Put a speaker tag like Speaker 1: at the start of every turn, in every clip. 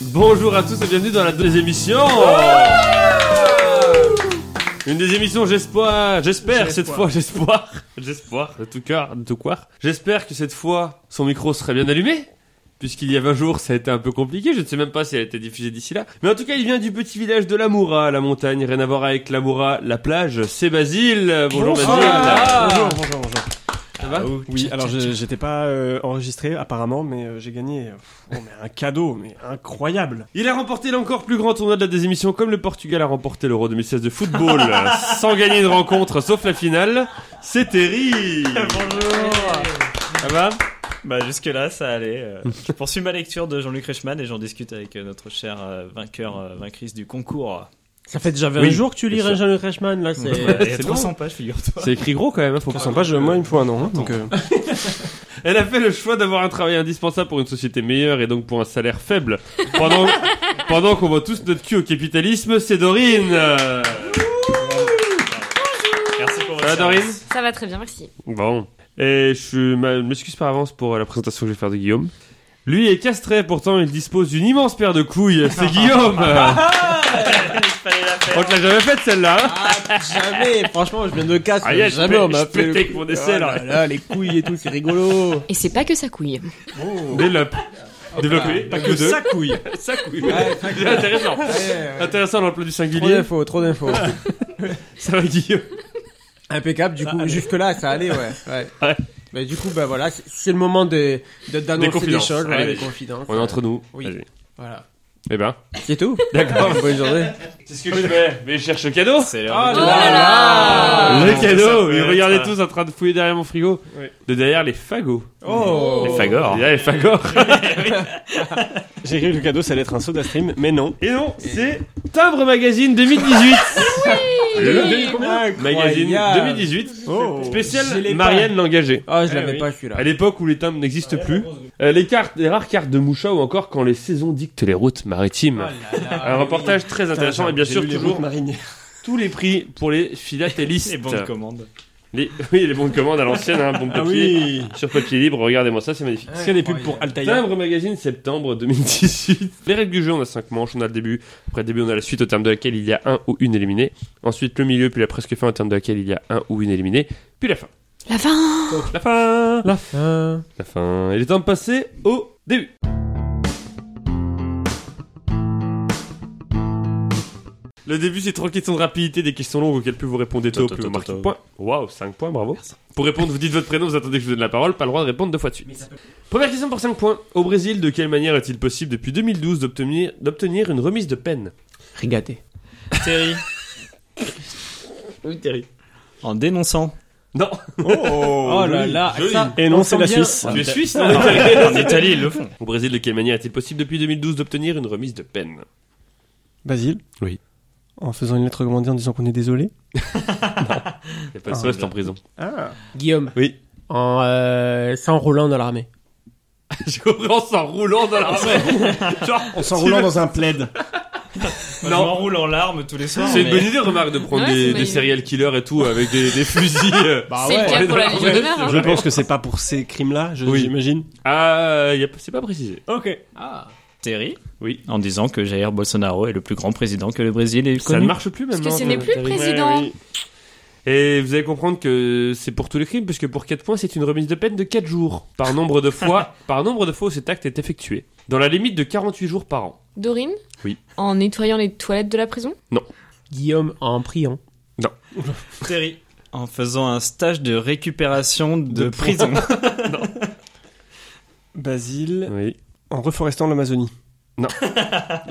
Speaker 1: Bonjour à tous et bienvenue dans la deuxième émission. Une des émissions, j'espère, j'espère cette fois,
Speaker 2: J'espoir.
Speaker 1: j'espère, j'espère, de tout cœur, de tout cœur. J'espère que cette fois, son micro serait bien allumé, puisqu'il y a 20 jours, ça a été un peu compliqué. Je ne sais même pas si elle a été diffusée d'ici là. Mais en tout cas, il vient du petit village de Lamoura, la montagne, rien à voir avec Lamoura, la plage. C'est Basile. Bonjour, Basile.
Speaker 2: Ah. Bonjour, bonjour, bonjour. Ah
Speaker 1: Ça va
Speaker 2: Oui, alors je- j'étais pas euh, enregistré apparemment, mais euh, j'ai gagné euh, pff, oh, mais un cadeau, mais incroyable.
Speaker 1: Il a remporté l'encore plus grand tournoi de la désémission comme le Portugal a remporté l'Euro 2016 de football sans gagner une rencontre sauf la finale. C'est Terry. Ça va
Speaker 3: Bah jusque là ça allait. euh, je poursuis ma lecture de Jean-Luc Reichmann et j'en discute avec euh, notre cher euh, vainqueur euh, vaincrice du concours.
Speaker 2: Ça fait déjà 20
Speaker 1: Oui,
Speaker 2: jours que tu
Speaker 1: lis bien sûr.
Speaker 2: Jean-Luc Reichmann, là,
Speaker 3: Il y a
Speaker 1: c'est
Speaker 3: 300 pages figure-toi.
Speaker 1: C'est écrit gros quand même, hein, faut pas
Speaker 2: sympa, je, moi il me faut un an. hein, donc, euh,
Speaker 1: Elle a fait le choix d'avoir un travail indispensable pour une société meilleure et donc pour un salaire faible. Pendant, pendant qu'on voit tous notre cul au capitalisme, c'est Dorine. Euh,
Speaker 3: Merci pour
Speaker 1: Ça
Speaker 3: votre
Speaker 1: va Dorine
Speaker 3: service.
Speaker 4: Ça va très bien, merci.
Speaker 1: Bon. Et je suis- ma- m'excuse par avance pour euh, la présentation que je vais faire de Guillaume. Lui est castré, pourtant il dispose d'une immense paire de couilles. C'est Guillaume. euh.
Speaker 3: Ah, Il fallait la faire.
Speaker 1: On te l'a jamais faite celle-là. hein
Speaker 5: Ah, jamais, franchement, je viens de casse,
Speaker 1: Ah, yes,
Speaker 5: jamais
Speaker 1: je
Speaker 5: on
Speaker 1: pè-
Speaker 5: m'a
Speaker 1: je
Speaker 5: appelé.
Speaker 1: pétais avec mon essai,
Speaker 5: Ah
Speaker 1: là.
Speaker 5: là, là, les couilles et tout, c'est rigolo.
Speaker 4: Et c'est pas que ça couille.
Speaker 1: Développe.
Speaker 3: Ah,
Speaker 1: Développé.
Speaker 5: là.
Speaker 1: Pas que
Speaker 2: que
Speaker 1: deux.
Speaker 2: ça couille.
Speaker 1: Ça couille.
Speaker 5: Ouais,
Speaker 1: C'est intéressant.
Speaker 5: Ouais, ouais.
Speaker 1: Intéressant dans le plan du
Speaker 5: Trop
Speaker 1: singulier.
Speaker 5: d'infos, trop d'infos.
Speaker 1: Ça va Guillaume.
Speaker 5: Impeccable, du coup, jusque-là, ça allait, ouais. ouais.
Speaker 1: Ouais.
Speaker 5: Mais du coup, bah voilà, c'est- c'est le moment de,
Speaker 1: Des
Speaker 5: de, d'annoncer des,
Speaker 1: confidences.
Speaker 5: choses, ouais,
Speaker 1: Allez,
Speaker 5: des
Speaker 1: vas-y.
Speaker 5: confidences.
Speaker 1: On est entre nous.
Speaker 5: Oui.
Speaker 1: Vas-y.
Speaker 5: Voilà.
Speaker 1: Eh ben.
Speaker 5: C'est tout.
Speaker 1: D'accord.
Speaker 5: Bonne journée.
Speaker 1: C'est ce que je fais. Mais je cherche le cadeau.
Speaker 3: C'est
Speaker 5: Ah
Speaker 3: l'heure.
Speaker 5: là là.
Speaker 1: le cadeau.
Speaker 3: Ah, Ça
Speaker 1: Et
Speaker 3: peut
Speaker 1: regardez
Speaker 3: être-
Speaker 1: tous en train de fouiller derrière mon frigo.
Speaker 2: Ouais.
Speaker 1: De derrière les fagots.
Speaker 5: Oh.
Speaker 3: fagors.
Speaker 1: Derrière les fagots.
Speaker 2: J'ai cru que le cadeau ça allait être un soda stream, mais non.
Speaker 1: Et non, c'est Timbre Magazine 2018. Le
Speaker 5: Incroyable.
Speaker 1: Magazine 2018.
Speaker 2: Oh.
Speaker 5: Je l'ai
Speaker 1: Spécial Eh Ah,
Speaker 5: pas.
Speaker 1: Marianne L'Engagée.
Speaker 5: Oh, je l'avais
Speaker 3: oui.
Speaker 5: pas celui-là.
Speaker 1: À l'époque où les timbres n'existent plus, euh, les cartes, les rares cartes de Moucha ou encore quand les saisons dictent les routes maritimes.
Speaker 5: Ah,
Speaker 1: Un reportage très intéressant et bien sûr toujours
Speaker 2: marinière.
Speaker 1: tous les prix pour les philatélistes.
Speaker 3: Les bons de commande.
Speaker 1: Les- oui, les bons de commande à l'ancienne, hein, bon de
Speaker 2: Ah
Speaker 1: papier,
Speaker 2: oui.
Speaker 1: sur papier libre, regardez-moi ça, c'est
Speaker 5: Ah
Speaker 1: magnifique.
Speaker 2: Est-ce qu'il y a des pubs pour Altaïa
Speaker 1: Timbre Magazine, septembre 2018. Les règles du jeu, on a 5 manches, on a le début, après le début on a la suite au terme de laquelle il y a un ou une éliminée, ensuite le milieu, puis la presque fin au terme de laquelle il y a un ou une éliminée, puis la fin.
Speaker 4: La fin
Speaker 1: La fin
Speaker 5: La fin.
Speaker 1: La fin. Il est temps de passer au début. Le début, c'est trois questions de rapidité, des questions longues auxquelles plus vous répondez tôt,
Speaker 3: Tôt,
Speaker 1: plus vous
Speaker 3: tôt, tôt,
Speaker 1: marquez de
Speaker 3: tôt.
Speaker 1: points. Waouh, 5 points, bravo. Pour répondre, vous dites votre prénom, vous attendez que je vous donne la parole, pas le droit de répondre deux fois de suite. Première question pour 5 points. Au Brésil, de quelle manière est-il possible depuis 2012 d'obtenir d'obtenir une remise de peine
Speaker 5: Rigaté.
Speaker 3: Terry.
Speaker 1: Oui, Terry.
Speaker 3: En dénonçant.
Speaker 1: Non,
Speaker 5: Oh là là.
Speaker 1: joli.
Speaker 5: ça,
Speaker 2: Et non,
Speaker 5: on
Speaker 2: c'est
Speaker 5: sent
Speaker 2: la
Speaker 5: bien-
Speaker 2: Suisse.
Speaker 1: tu es suisse, non
Speaker 3: en Italie ils le font.
Speaker 1: Au Brésil, de quelle manière est-il possible depuis 2012 d'obtenir une remise de peine
Speaker 2: Basile.
Speaker 1: Oui.
Speaker 2: En faisant une lettre recommandée en disant qu'on est désolé.
Speaker 1: Il n'y a pas de
Speaker 2: Ah,
Speaker 1: sauce en prison.
Speaker 2: Ah.
Speaker 5: Guillaume.
Speaker 1: Oui.
Speaker 5: En euh, s'enroulant dans l'armée.
Speaker 1: J'ai compris en s'enroulant dans la Genre,
Speaker 2: En s'enroulant dans un plaid.
Speaker 3: Moi,
Speaker 1: Non.
Speaker 3: Je m'enroule en larmes tous les soirs.
Speaker 1: C'est une
Speaker 3: mais-
Speaker 1: bonne idée, remarque, de prendre
Speaker 4: Ouais, c'est
Speaker 1: des,
Speaker 4: une bonne
Speaker 1: des
Speaker 4: idée.
Speaker 1: serial killers et tout avec des, des fusils. euh.
Speaker 2: Bah
Speaker 4: C'est le cas pour la Légion d'honneur. hein.
Speaker 2: Je pense que c'est pas pour ces crimes-là, je-
Speaker 1: Oui.
Speaker 2: j'imagine.
Speaker 1: Ah, y a pas- c'est pas précisé.
Speaker 2: Ok.
Speaker 5: Ah.
Speaker 3: Terry.
Speaker 1: Oui.
Speaker 3: En disant que Jair Bolsonaro est le plus grand président que le Brésil ait
Speaker 1: Ça ne
Speaker 3: connu.
Speaker 1: marche plus maintenant.
Speaker 4: que ce n'est
Speaker 1: euh,
Speaker 4: plus le
Speaker 1: Thierry.
Speaker 4: président.
Speaker 1: Ouais, oui. Et vous allez comprendre que c'est pour tous les crimes, puisque pour 4 points, c'est une remise de peine de 4 jours. Par nombre de fois, par nombre de fois où cet acte est effectué. Dans la limite de 48 jours par an.
Speaker 4: Dorine
Speaker 1: Oui.
Speaker 4: En nettoyant les toilettes de la prison
Speaker 5: Guillaume en priant.
Speaker 3: Terry. En faisant un stage de récupération de, prison.
Speaker 4: Euh.
Speaker 2: Basile.
Speaker 1: Oui.
Speaker 2: Euh, En reforestant l'Amazonie.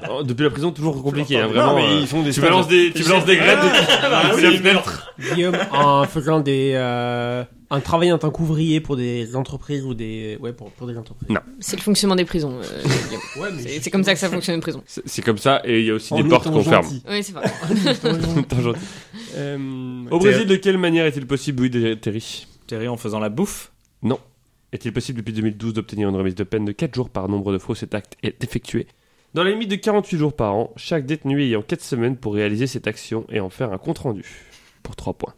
Speaker 1: Oh, Depuis la prison, toujours compliqué, hein,
Speaker 2: Non,
Speaker 1: vraiment.
Speaker 2: mais
Speaker 1: euh,
Speaker 2: ils font des
Speaker 1: tu
Speaker 2: stages.
Speaker 1: balances des, tu balances des graines
Speaker 4: Ah,
Speaker 1: de-
Speaker 4: bah
Speaker 1: depuis la fenêtre.
Speaker 5: Guillaume en faisant des euh, en travaillant en tant qu'ouvrier pour des entreprises ou des ouais pour, pour des entreprises.
Speaker 4: C'est le fonctionnement des prisons. euh, Guillaume. c'est c'est comme ça que ça fonctionne une prison.
Speaker 1: C'est c'est comme ça, et il y a aussi
Speaker 2: En
Speaker 1: des portes
Speaker 2: étant
Speaker 1: qu'on ferme.
Speaker 2: gentil.
Speaker 4: Oui, c'est vrai.
Speaker 1: T'as gentil.
Speaker 2: Euh,
Speaker 1: Au
Speaker 2: t'es-
Speaker 1: Brésil, de quelle manière est-il possible, oui, déjà, Terry
Speaker 3: Terry en faisant la bouffe.
Speaker 1: Est-il possible depuis 2012 d'obtenir une remise de peine de 4 jours par nombre de fois où cet acte est effectué Dans la limite de 48 jours par an, chaque détenu ayant 4 semaines pour réaliser cette action et en faire un compte-rendu. Pour 3 points.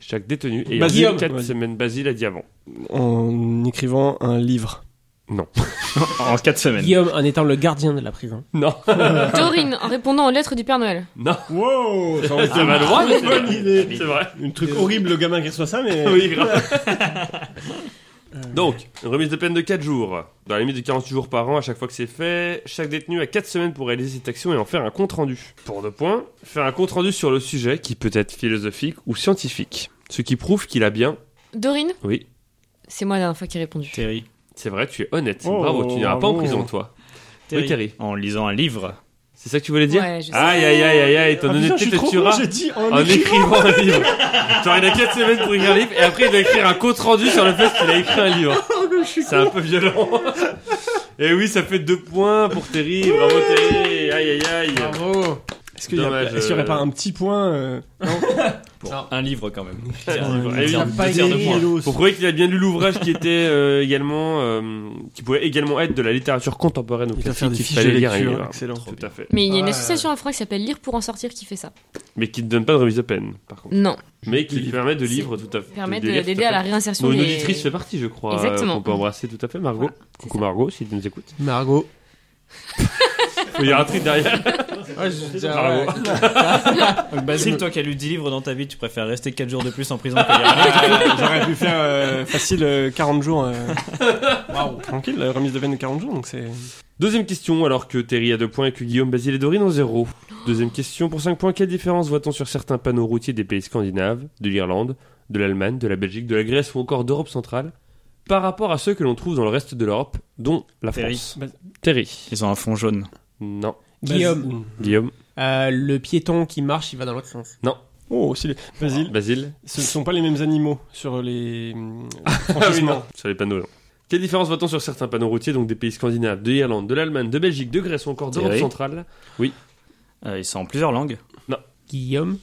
Speaker 1: Chaque détenu ayant
Speaker 2: Basile.
Speaker 1: 4
Speaker 2: Vas-y.
Speaker 1: semaines, Basile a dit avant.
Speaker 2: En écrivant un livre.
Speaker 1: Non.
Speaker 3: en 4 semaines.
Speaker 5: Guillaume, en étant le gardien de la prison.
Speaker 1: Non.
Speaker 4: Dorine, en répondant aux lettres du Père Noël.
Speaker 1: Non.
Speaker 2: Wow ça aurait été
Speaker 1: Ça va droit, mais c'est
Speaker 2: Ah, bonne
Speaker 1: vrai.
Speaker 2: idée.
Speaker 1: C'est vrai.
Speaker 2: Un truc horrible, le gamin qui reçoit ça, mais. Euh,
Speaker 1: Oui, grave. Donc, une remise de peine de 4 jours. Dans la limite de 48 jours par an, à chaque fois que c'est fait, chaque détenu a 4 semaines pour réaliser cette action et en faire un compte-rendu. Pour deux points, faire un compte-rendu sur le sujet qui peut être philosophique ou scientifique. Ce qui prouve qu'il a bien.
Speaker 4: Dorine,
Speaker 1: Oui,
Speaker 4: c'est moi la dernière fois qui ai répondu.
Speaker 3: Terry.
Speaker 1: c'est vrai, tu es honnête.
Speaker 2: Oh,
Speaker 1: bravo, tu n'iras pas en
Speaker 2: bravo.
Speaker 1: prison, toi. Oui, Terry.
Speaker 3: En lisant un livbre.
Speaker 1: C'est ça que tu voulais dire
Speaker 4: Ouais, je sais.
Speaker 1: Aïe, aïe, aïe, aïe, aïe, ton
Speaker 2: Ah, putain, je
Speaker 1: honnêteté
Speaker 2: suis
Speaker 1: te
Speaker 2: trop con,
Speaker 1: tuera.
Speaker 2: j'ai dit en
Speaker 1: En
Speaker 2: écrit.
Speaker 1: écrivant un livre. Genre, il a 4 semaines pour écrire un livre et après, il doit écrire un compte-rendu sur le fait qu'il a écrit un livre. C'est un peu violent. Et oui, ça fait deux points pour Terry. Bravo Terry. Aïe aïe aïe.
Speaker 5: Bravo
Speaker 2: Est-ce qu'il y, a-
Speaker 1: Dommage,
Speaker 2: est-ce qu'il y aurait
Speaker 1: euh,
Speaker 2: pas un petit point euh,
Speaker 3: Un livre quand même.
Speaker 1: Eh oui,
Speaker 3: tiers-
Speaker 1: il
Speaker 3: deux tiers de points.
Speaker 1: Pour prouver qu'il a bien lu l'ouvrage qui était euh, également, euh, qui pouvait également être de la littérature contemporaine ou
Speaker 2: Putain, faire
Speaker 1: classique,
Speaker 2: des
Speaker 1: qu'il
Speaker 2: fiches de
Speaker 1: fallait lire un
Speaker 2: lecture,
Speaker 1: livre.
Speaker 2: excellent.
Speaker 1: Tout à fait.
Speaker 4: Mais il y a une
Speaker 5: Ah.
Speaker 4: association en France qui s'appelle Lire pour en sortir qui fait ça.
Speaker 1: Mais qui ne donne pas de remise de peine, par contre.
Speaker 4: Non,
Speaker 1: Mais qui permet de livre tout à fait.
Speaker 4: Mm. permet
Speaker 1: de
Speaker 4: de-
Speaker 1: lire tout
Speaker 4: d'aider à
Speaker 1: fait.
Speaker 4: la réinsertion
Speaker 1: Dont une
Speaker 4: des.
Speaker 1: auditrice fait partie, je crois.
Speaker 4: Exactement.
Speaker 1: euh, qu'on peut embrasser tout à fait, Margot.
Speaker 4: Voilà, c'est
Speaker 1: Coucou
Speaker 4: ça.
Speaker 1: Margot, si tu nous écoutes.
Speaker 5: Margot.
Speaker 1: Il y a un truc derrière. Bravo.
Speaker 3: Donc, Basile, toi qui as lu 10 livres dans ta vie, tu préfères rester 4 jours de plus en prison que lire
Speaker 2: J'aurais pu faire euh, facile euh, 40 jours. euh, Tranquille, la remise de peine de 40 jours, donc c'est.
Speaker 1: Deuxième question, alors que Terry a 2 points et que Guillaume, Basile et Dorine ont 0. Deuxième question, pour 5 points, quelle différence voit-on sur certains panneaux routiers des pays scandinaves, de l'Irlande, de l'Allemagne, de la Belgique, de la Grèce ou encore d'Europe centrale par rapport à ceux que l'on trouve dans le reste de l'Europe, dont la
Speaker 3: Terry.
Speaker 1: France Terry.
Speaker 3: Ils ont un fond jaune.
Speaker 1: Non.
Speaker 5: Guillaume.
Speaker 1: Guillaume
Speaker 5: Euh, le piéton qui marche, il va dans l'autre sens.
Speaker 2: Oh, c'est les- Basile,
Speaker 1: Basile
Speaker 2: ce ne sont pas les mêmes animaux sur
Speaker 1: Ah
Speaker 2: les. hum,
Speaker 3: Ah
Speaker 2: franchissements.
Speaker 1: Sur les panneaux, non. Quelle différence voit-on sur certains panneaux routiers, donc des pays scandinaves, de l'Irlande, de l'Allemagne, de Belgique, de Grèce ou encore d'Europe
Speaker 3: Terry.
Speaker 1: centrale
Speaker 3: Euh, ils sont en plusieurs langues.
Speaker 5: Guillaume.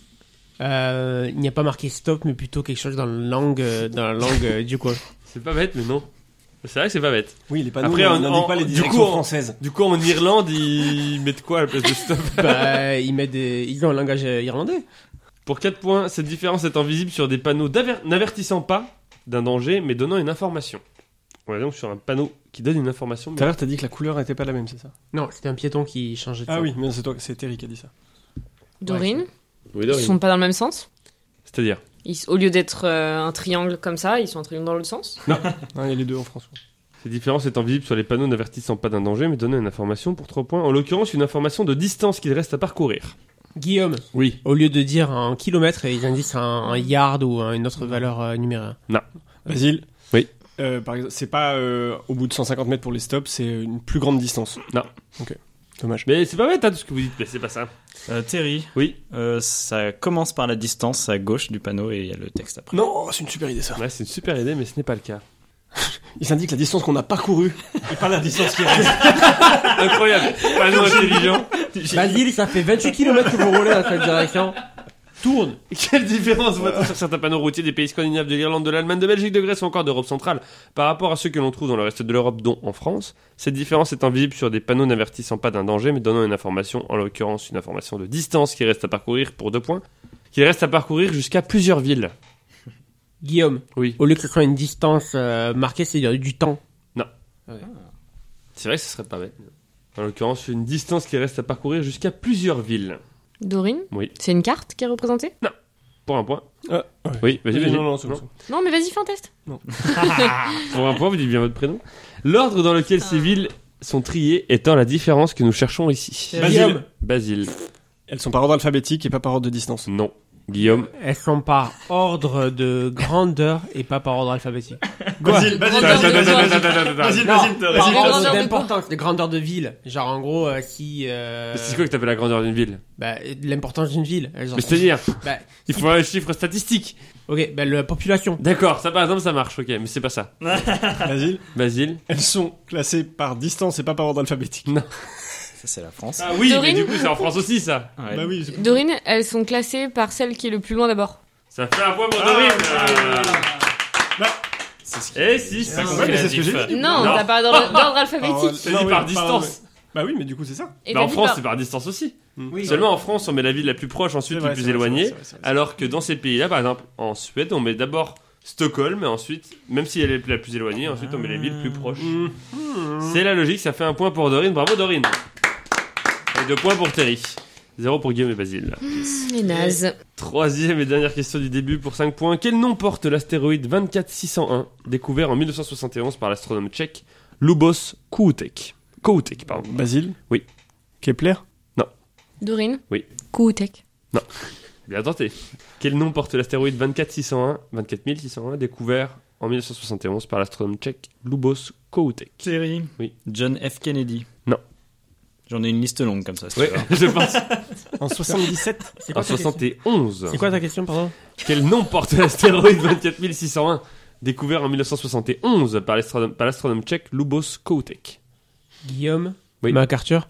Speaker 5: Euh, il n'y a pas marqué stop, mais plutôt quelque chose dans la langue, euh, dans la langue euh, du coin.
Speaker 1: C'est pas bête, mais non. C'est vrai que c'est pas bête.
Speaker 2: Oui, les panneaux
Speaker 1: Après, en-
Speaker 2: n'indiquent
Speaker 1: en-
Speaker 2: pas les
Speaker 1: du
Speaker 2: directions
Speaker 1: coup, en-
Speaker 2: françaises.
Speaker 1: Du coup, en Irlande, ils mettent quoi à la place de stop
Speaker 5: bah, ils mettent des, ils ont un langage euh, irlandais.
Speaker 1: Pour 4 points, cette différence étant visible sur des panneaux d'aver- n'avertissant pas d'un danger, mais donnant une information. On est donc sur un panneau qui donne une information.
Speaker 2: Tout à
Speaker 1: Mais...
Speaker 2: l'heure, t'as dit que la couleur n'était pas la même, c'est ça
Speaker 5: Non, c'était un piéton qui changeait de
Speaker 2: Ah
Speaker 5: sens.
Speaker 2: oui, mais c'est toi, c'est Terry qui a dit ça.
Speaker 4: Dorine, ils sont pas dans le même sens.
Speaker 1: C'est-à-dire
Speaker 4: Ils- au lieu d'être euh, un triangle comme ça, ils sont un triangle dans l'autre sens.
Speaker 2: Non, Ah, il y a les deux en France.
Speaker 1: Cette différence étant visible sur les panneaux n'avertissant pas d'un danger, mais donnant une information pour 3 points. En l'occurrence, une information de distance qu'il reste à parcourir.
Speaker 5: Guillaume.
Speaker 1: Oui.
Speaker 5: Au lieu de dire un kilomètre, ils indiquent un, un yard ou un- une autre valeur euh, numéraire.
Speaker 2: Basile
Speaker 1: Oui.
Speaker 2: Euh, par exemple, c'est pas euh, au bout de 150 mètres pour les stops, c'est une plus grande distance.
Speaker 1: Non.
Speaker 2: Ok. Dommage.
Speaker 1: Mais c'est pas bête, hein, tout ce que vous dites, mais c'est pas ça.
Speaker 3: Euh, Terry,
Speaker 1: Oui.
Speaker 3: euh, ça commence par la distance à gauche du panneau et il y a le texte après.
Speaker 2: Non, oh, c'est une super idée ça.
Speaker 1: Ouais, c'est une super idée, mais ce n'est pas le cas.
Speaker 2: Ils indiquent la distance qu'on a parcourue et pas la distance qui reste.
Speaker 1: Incroyable Panneau intelligent
Speaker 5: Basile, ça fait 28 km que vous roulez dans cette direction. Tourne.
Speaker 1: Quelle différence voit-on sur certains panneaux routiers des pays scandinaves, de l'Irlande, de l'Allemagne, de Belgique, de Grèce ou encore d'Europe centrale par rapport à ceux que l'on trouve dans le reste de l'Europe, dont en France Cette différence étant visible sur des panneaux n'avertissant pas d'un danger, mais donnant une information, en l'occurrence une information de distance qui reste à parcourir pour deux points, qui reste à parcourir jusqu'à plusieurs villes.
Speaker 5: Guillaume.
Speaker 1: Oui.
Speaker 5: Au lieu que ce soit une distance euh, marquée, c'est du du temps.
Speaker 1: C'est vrai que ce serait pas bête. En l'occurrence, une distance qui reste à parcourir jusqu'à plusieurs villes.
Speaker 4: Dorine,
Speaker 1: Oui.
Speaker 4: c'est une carte qui est représentée
Speaker 1: Pour un point.
Speaker 2: Ah, ouais.
Speaker 1: Oui, vas-y, vas-y.
Speaker 2: non, non, c'est bon.
Speaker 4: Non, mais vas-y, fais un test.
Speaker 1: Pour un point, vous dites bien votre prénom. L'ordre dans lequel ces villes sont triées étant la différence que nous cherchons ici.
Speaker 2: Basile.
Speaker 5: Guillaume.
Speaker 1: Basile.
Speaker 2: Elles sont par ordre alphabétique et pas par ordre de distance.
Speaker 1: Non. Guillaume.
Speaker 5: Elles sont par ordre de grandeur et pas par ordre alphabétique.
Speaker 2: Basile,
Speaker 4: Grandeur de grandeur.
Speaker 1: Basile.
Speaker 5: par
Speaker 4: vas-y,
Speaker 5: ordre
Speaker 4: vas-y.
Speaker 5: d'importance, de grandeur de ville. Genre en gros, euh, si euh,
Speaker 1: C'est quoi que t'appelles la grandeur d'une ville
Speaker 5: bah, l'importance d'une ville. Elles ont-
Speaker 1: Mais C'est-à-dire,
Speaker 5: bah,
Speaker 1: il faut un chiffre statistique.
Speaker 5: ok, bah, la population.
Speaker 1: D'accord, ça par exemple ça marche, ok, mais c'est pas ça.
Speaker 2: Basile,
Speaker 1: Basile.
Speaker 2: elles sont classées par distance et pas par ordre alphabétique.
Speaker 3: Ça, c'est la France.
Speaker 1: Ah oui,
Speaker 4: Dorine
Speaker 1: mais du coup c'est en France aussi ça.
Speaker 3: Ah, Ouais.
Speaker 2: Bah oui, c'est plus-
Speaker 4: Dorine, elles sont classées par celle qui est le plus loin d'abord.
Speaker 1: Ça fait un point pour Dorine.
Speaker 3: C'est ce qui-
Speaker 1: Eh si,
Speaker 3: c'est
Speaker 1: c'est
Speaker 3: ça
Speaker 1: ça
Speaker 2: ouais, mais
Speaker 1: qu'on
Speaker 2: c'est ce que j'ai
Speaker 1: a
Speaker 2: dit.
Speaker 1: dit.
Speaker 4: Non,
Speaker 1: Non. Ah,
Speaker 4: t'as pas d'ordre d'ordre
Speaker 2: Par ordre-
Speaker 4: alphabétique.
Speaker 1: C'est
Speaker 2: non,
Speaker 1: dit
Speaker 2: oui,
Speaker 1: par
Speaker 2: ordre-
Speaker 1: distance.
Speaker 2: Bah oui, mais du coup, c'est ça.
Speaker 4: Et
Speaker 1: Mais en
Speaker 4: t'as dit
Speaker 1: France
Speaker 4: par-
Speaker 1: c'est par distance aussi.
Speaker 2: Oui,
Speaker 1: Seulement en France on met la ville la plus proche, ensuite
Speaker 2: C'est vrai,
Speaker 1: la plus
Speaker 2: c'est vrai,
Speaker 1: éloignée.
Speaker 2: c'est vrai, c'est vrai, c'est vrai.
Speaker 1: Alors que dans ces pays-là, par exemple en Suède, on met d'abord Stockholm, et ensuite, même si elle est la plus éloignée, ensuite on met les villes plus proches.
Speaker 2: Mhm.
Speaker 1: C'est la logique, ça fait un point pour Dorine. Bravo Dorine. Et deux points pour Terry. Zéro pour Guillaume et Basile.
Speaker 4: Les nazes.
Speaker 1: Troisième et dernière question du début pour 5 points. Quel nom porte l'astéroïde 24601, découvert en 1971 par l'astronome tchèque Lubos Koutek Koutek, pardon.
Speaker 2: Basile
Speaker 1: Oui.
Speaker 2: Kepler
Speaker 4: Dorine
Speaker 1: Oui.
Speaker 4: Koutek.
Speaker 1: Bien tenté. Quel nom porte l'astéroïde 24601, 24601, découvert en 1971 par l'astronome tchèque Lubos Koutek
Speaker 3: Thierry.
Speaker 1: Oui.
Speaker 3: John F. Kennedy.
Speaker 1: Non.
Speaker 3: J'en ai une liste longue comme ça. si
Speaker 1: Oui,
Speaker 3: tu
Speaker 1: je
Speaker 3: veux.
Speaker 1: pense.
Speaker 2: En 77
Speaker 5: C'est
Speaker 1: En
Speaker 5: quoi, ta question
Speaker 1: 71.
Speaker 5: C'est quoi ta question, pardon
Speaker 1: Quel nom porte l'astéroïde 24601 découvert en 1971 par l'astronome par l'astronome tchèque Lubos Koutek
Speaker 5: Guillaume
Speaker 1: Oui.
Speaker 5: MacArthur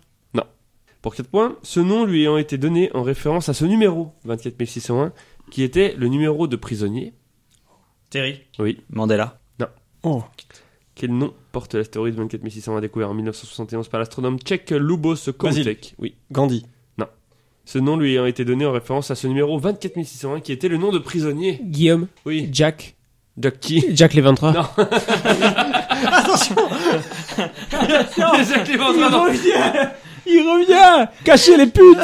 Speaker 1: Pour 4 points, ce nom lui ayant été donné en référence à ce numéro 24601 qui était le numéro de prisonnier.
Speaker 3: Thierry.
Speaker 1: Oui.
Speaker 3: Mandela.
Speaker 2: Oh,
Speaker 1: Quel nom porte l'astéroïde 24601 découvert en 1971 par l'astronome tchèque Lubos Koutek Oui.
Speaker 2: Gandhi.
Speaker 1: Ce nom lui ayant été donné en référence à ce numéro 24601 qui était le nom de prisonnier.
Speaker 5: Guillaume
Speaker 1: Oui.
Speaker 5: Jack
Speaker 1: Jack qui
Speaker 5: Jack les 23
Speaker 1: Non. Jacques Léventreur, non.
Speaker 5: revient Il revient Cachez les putes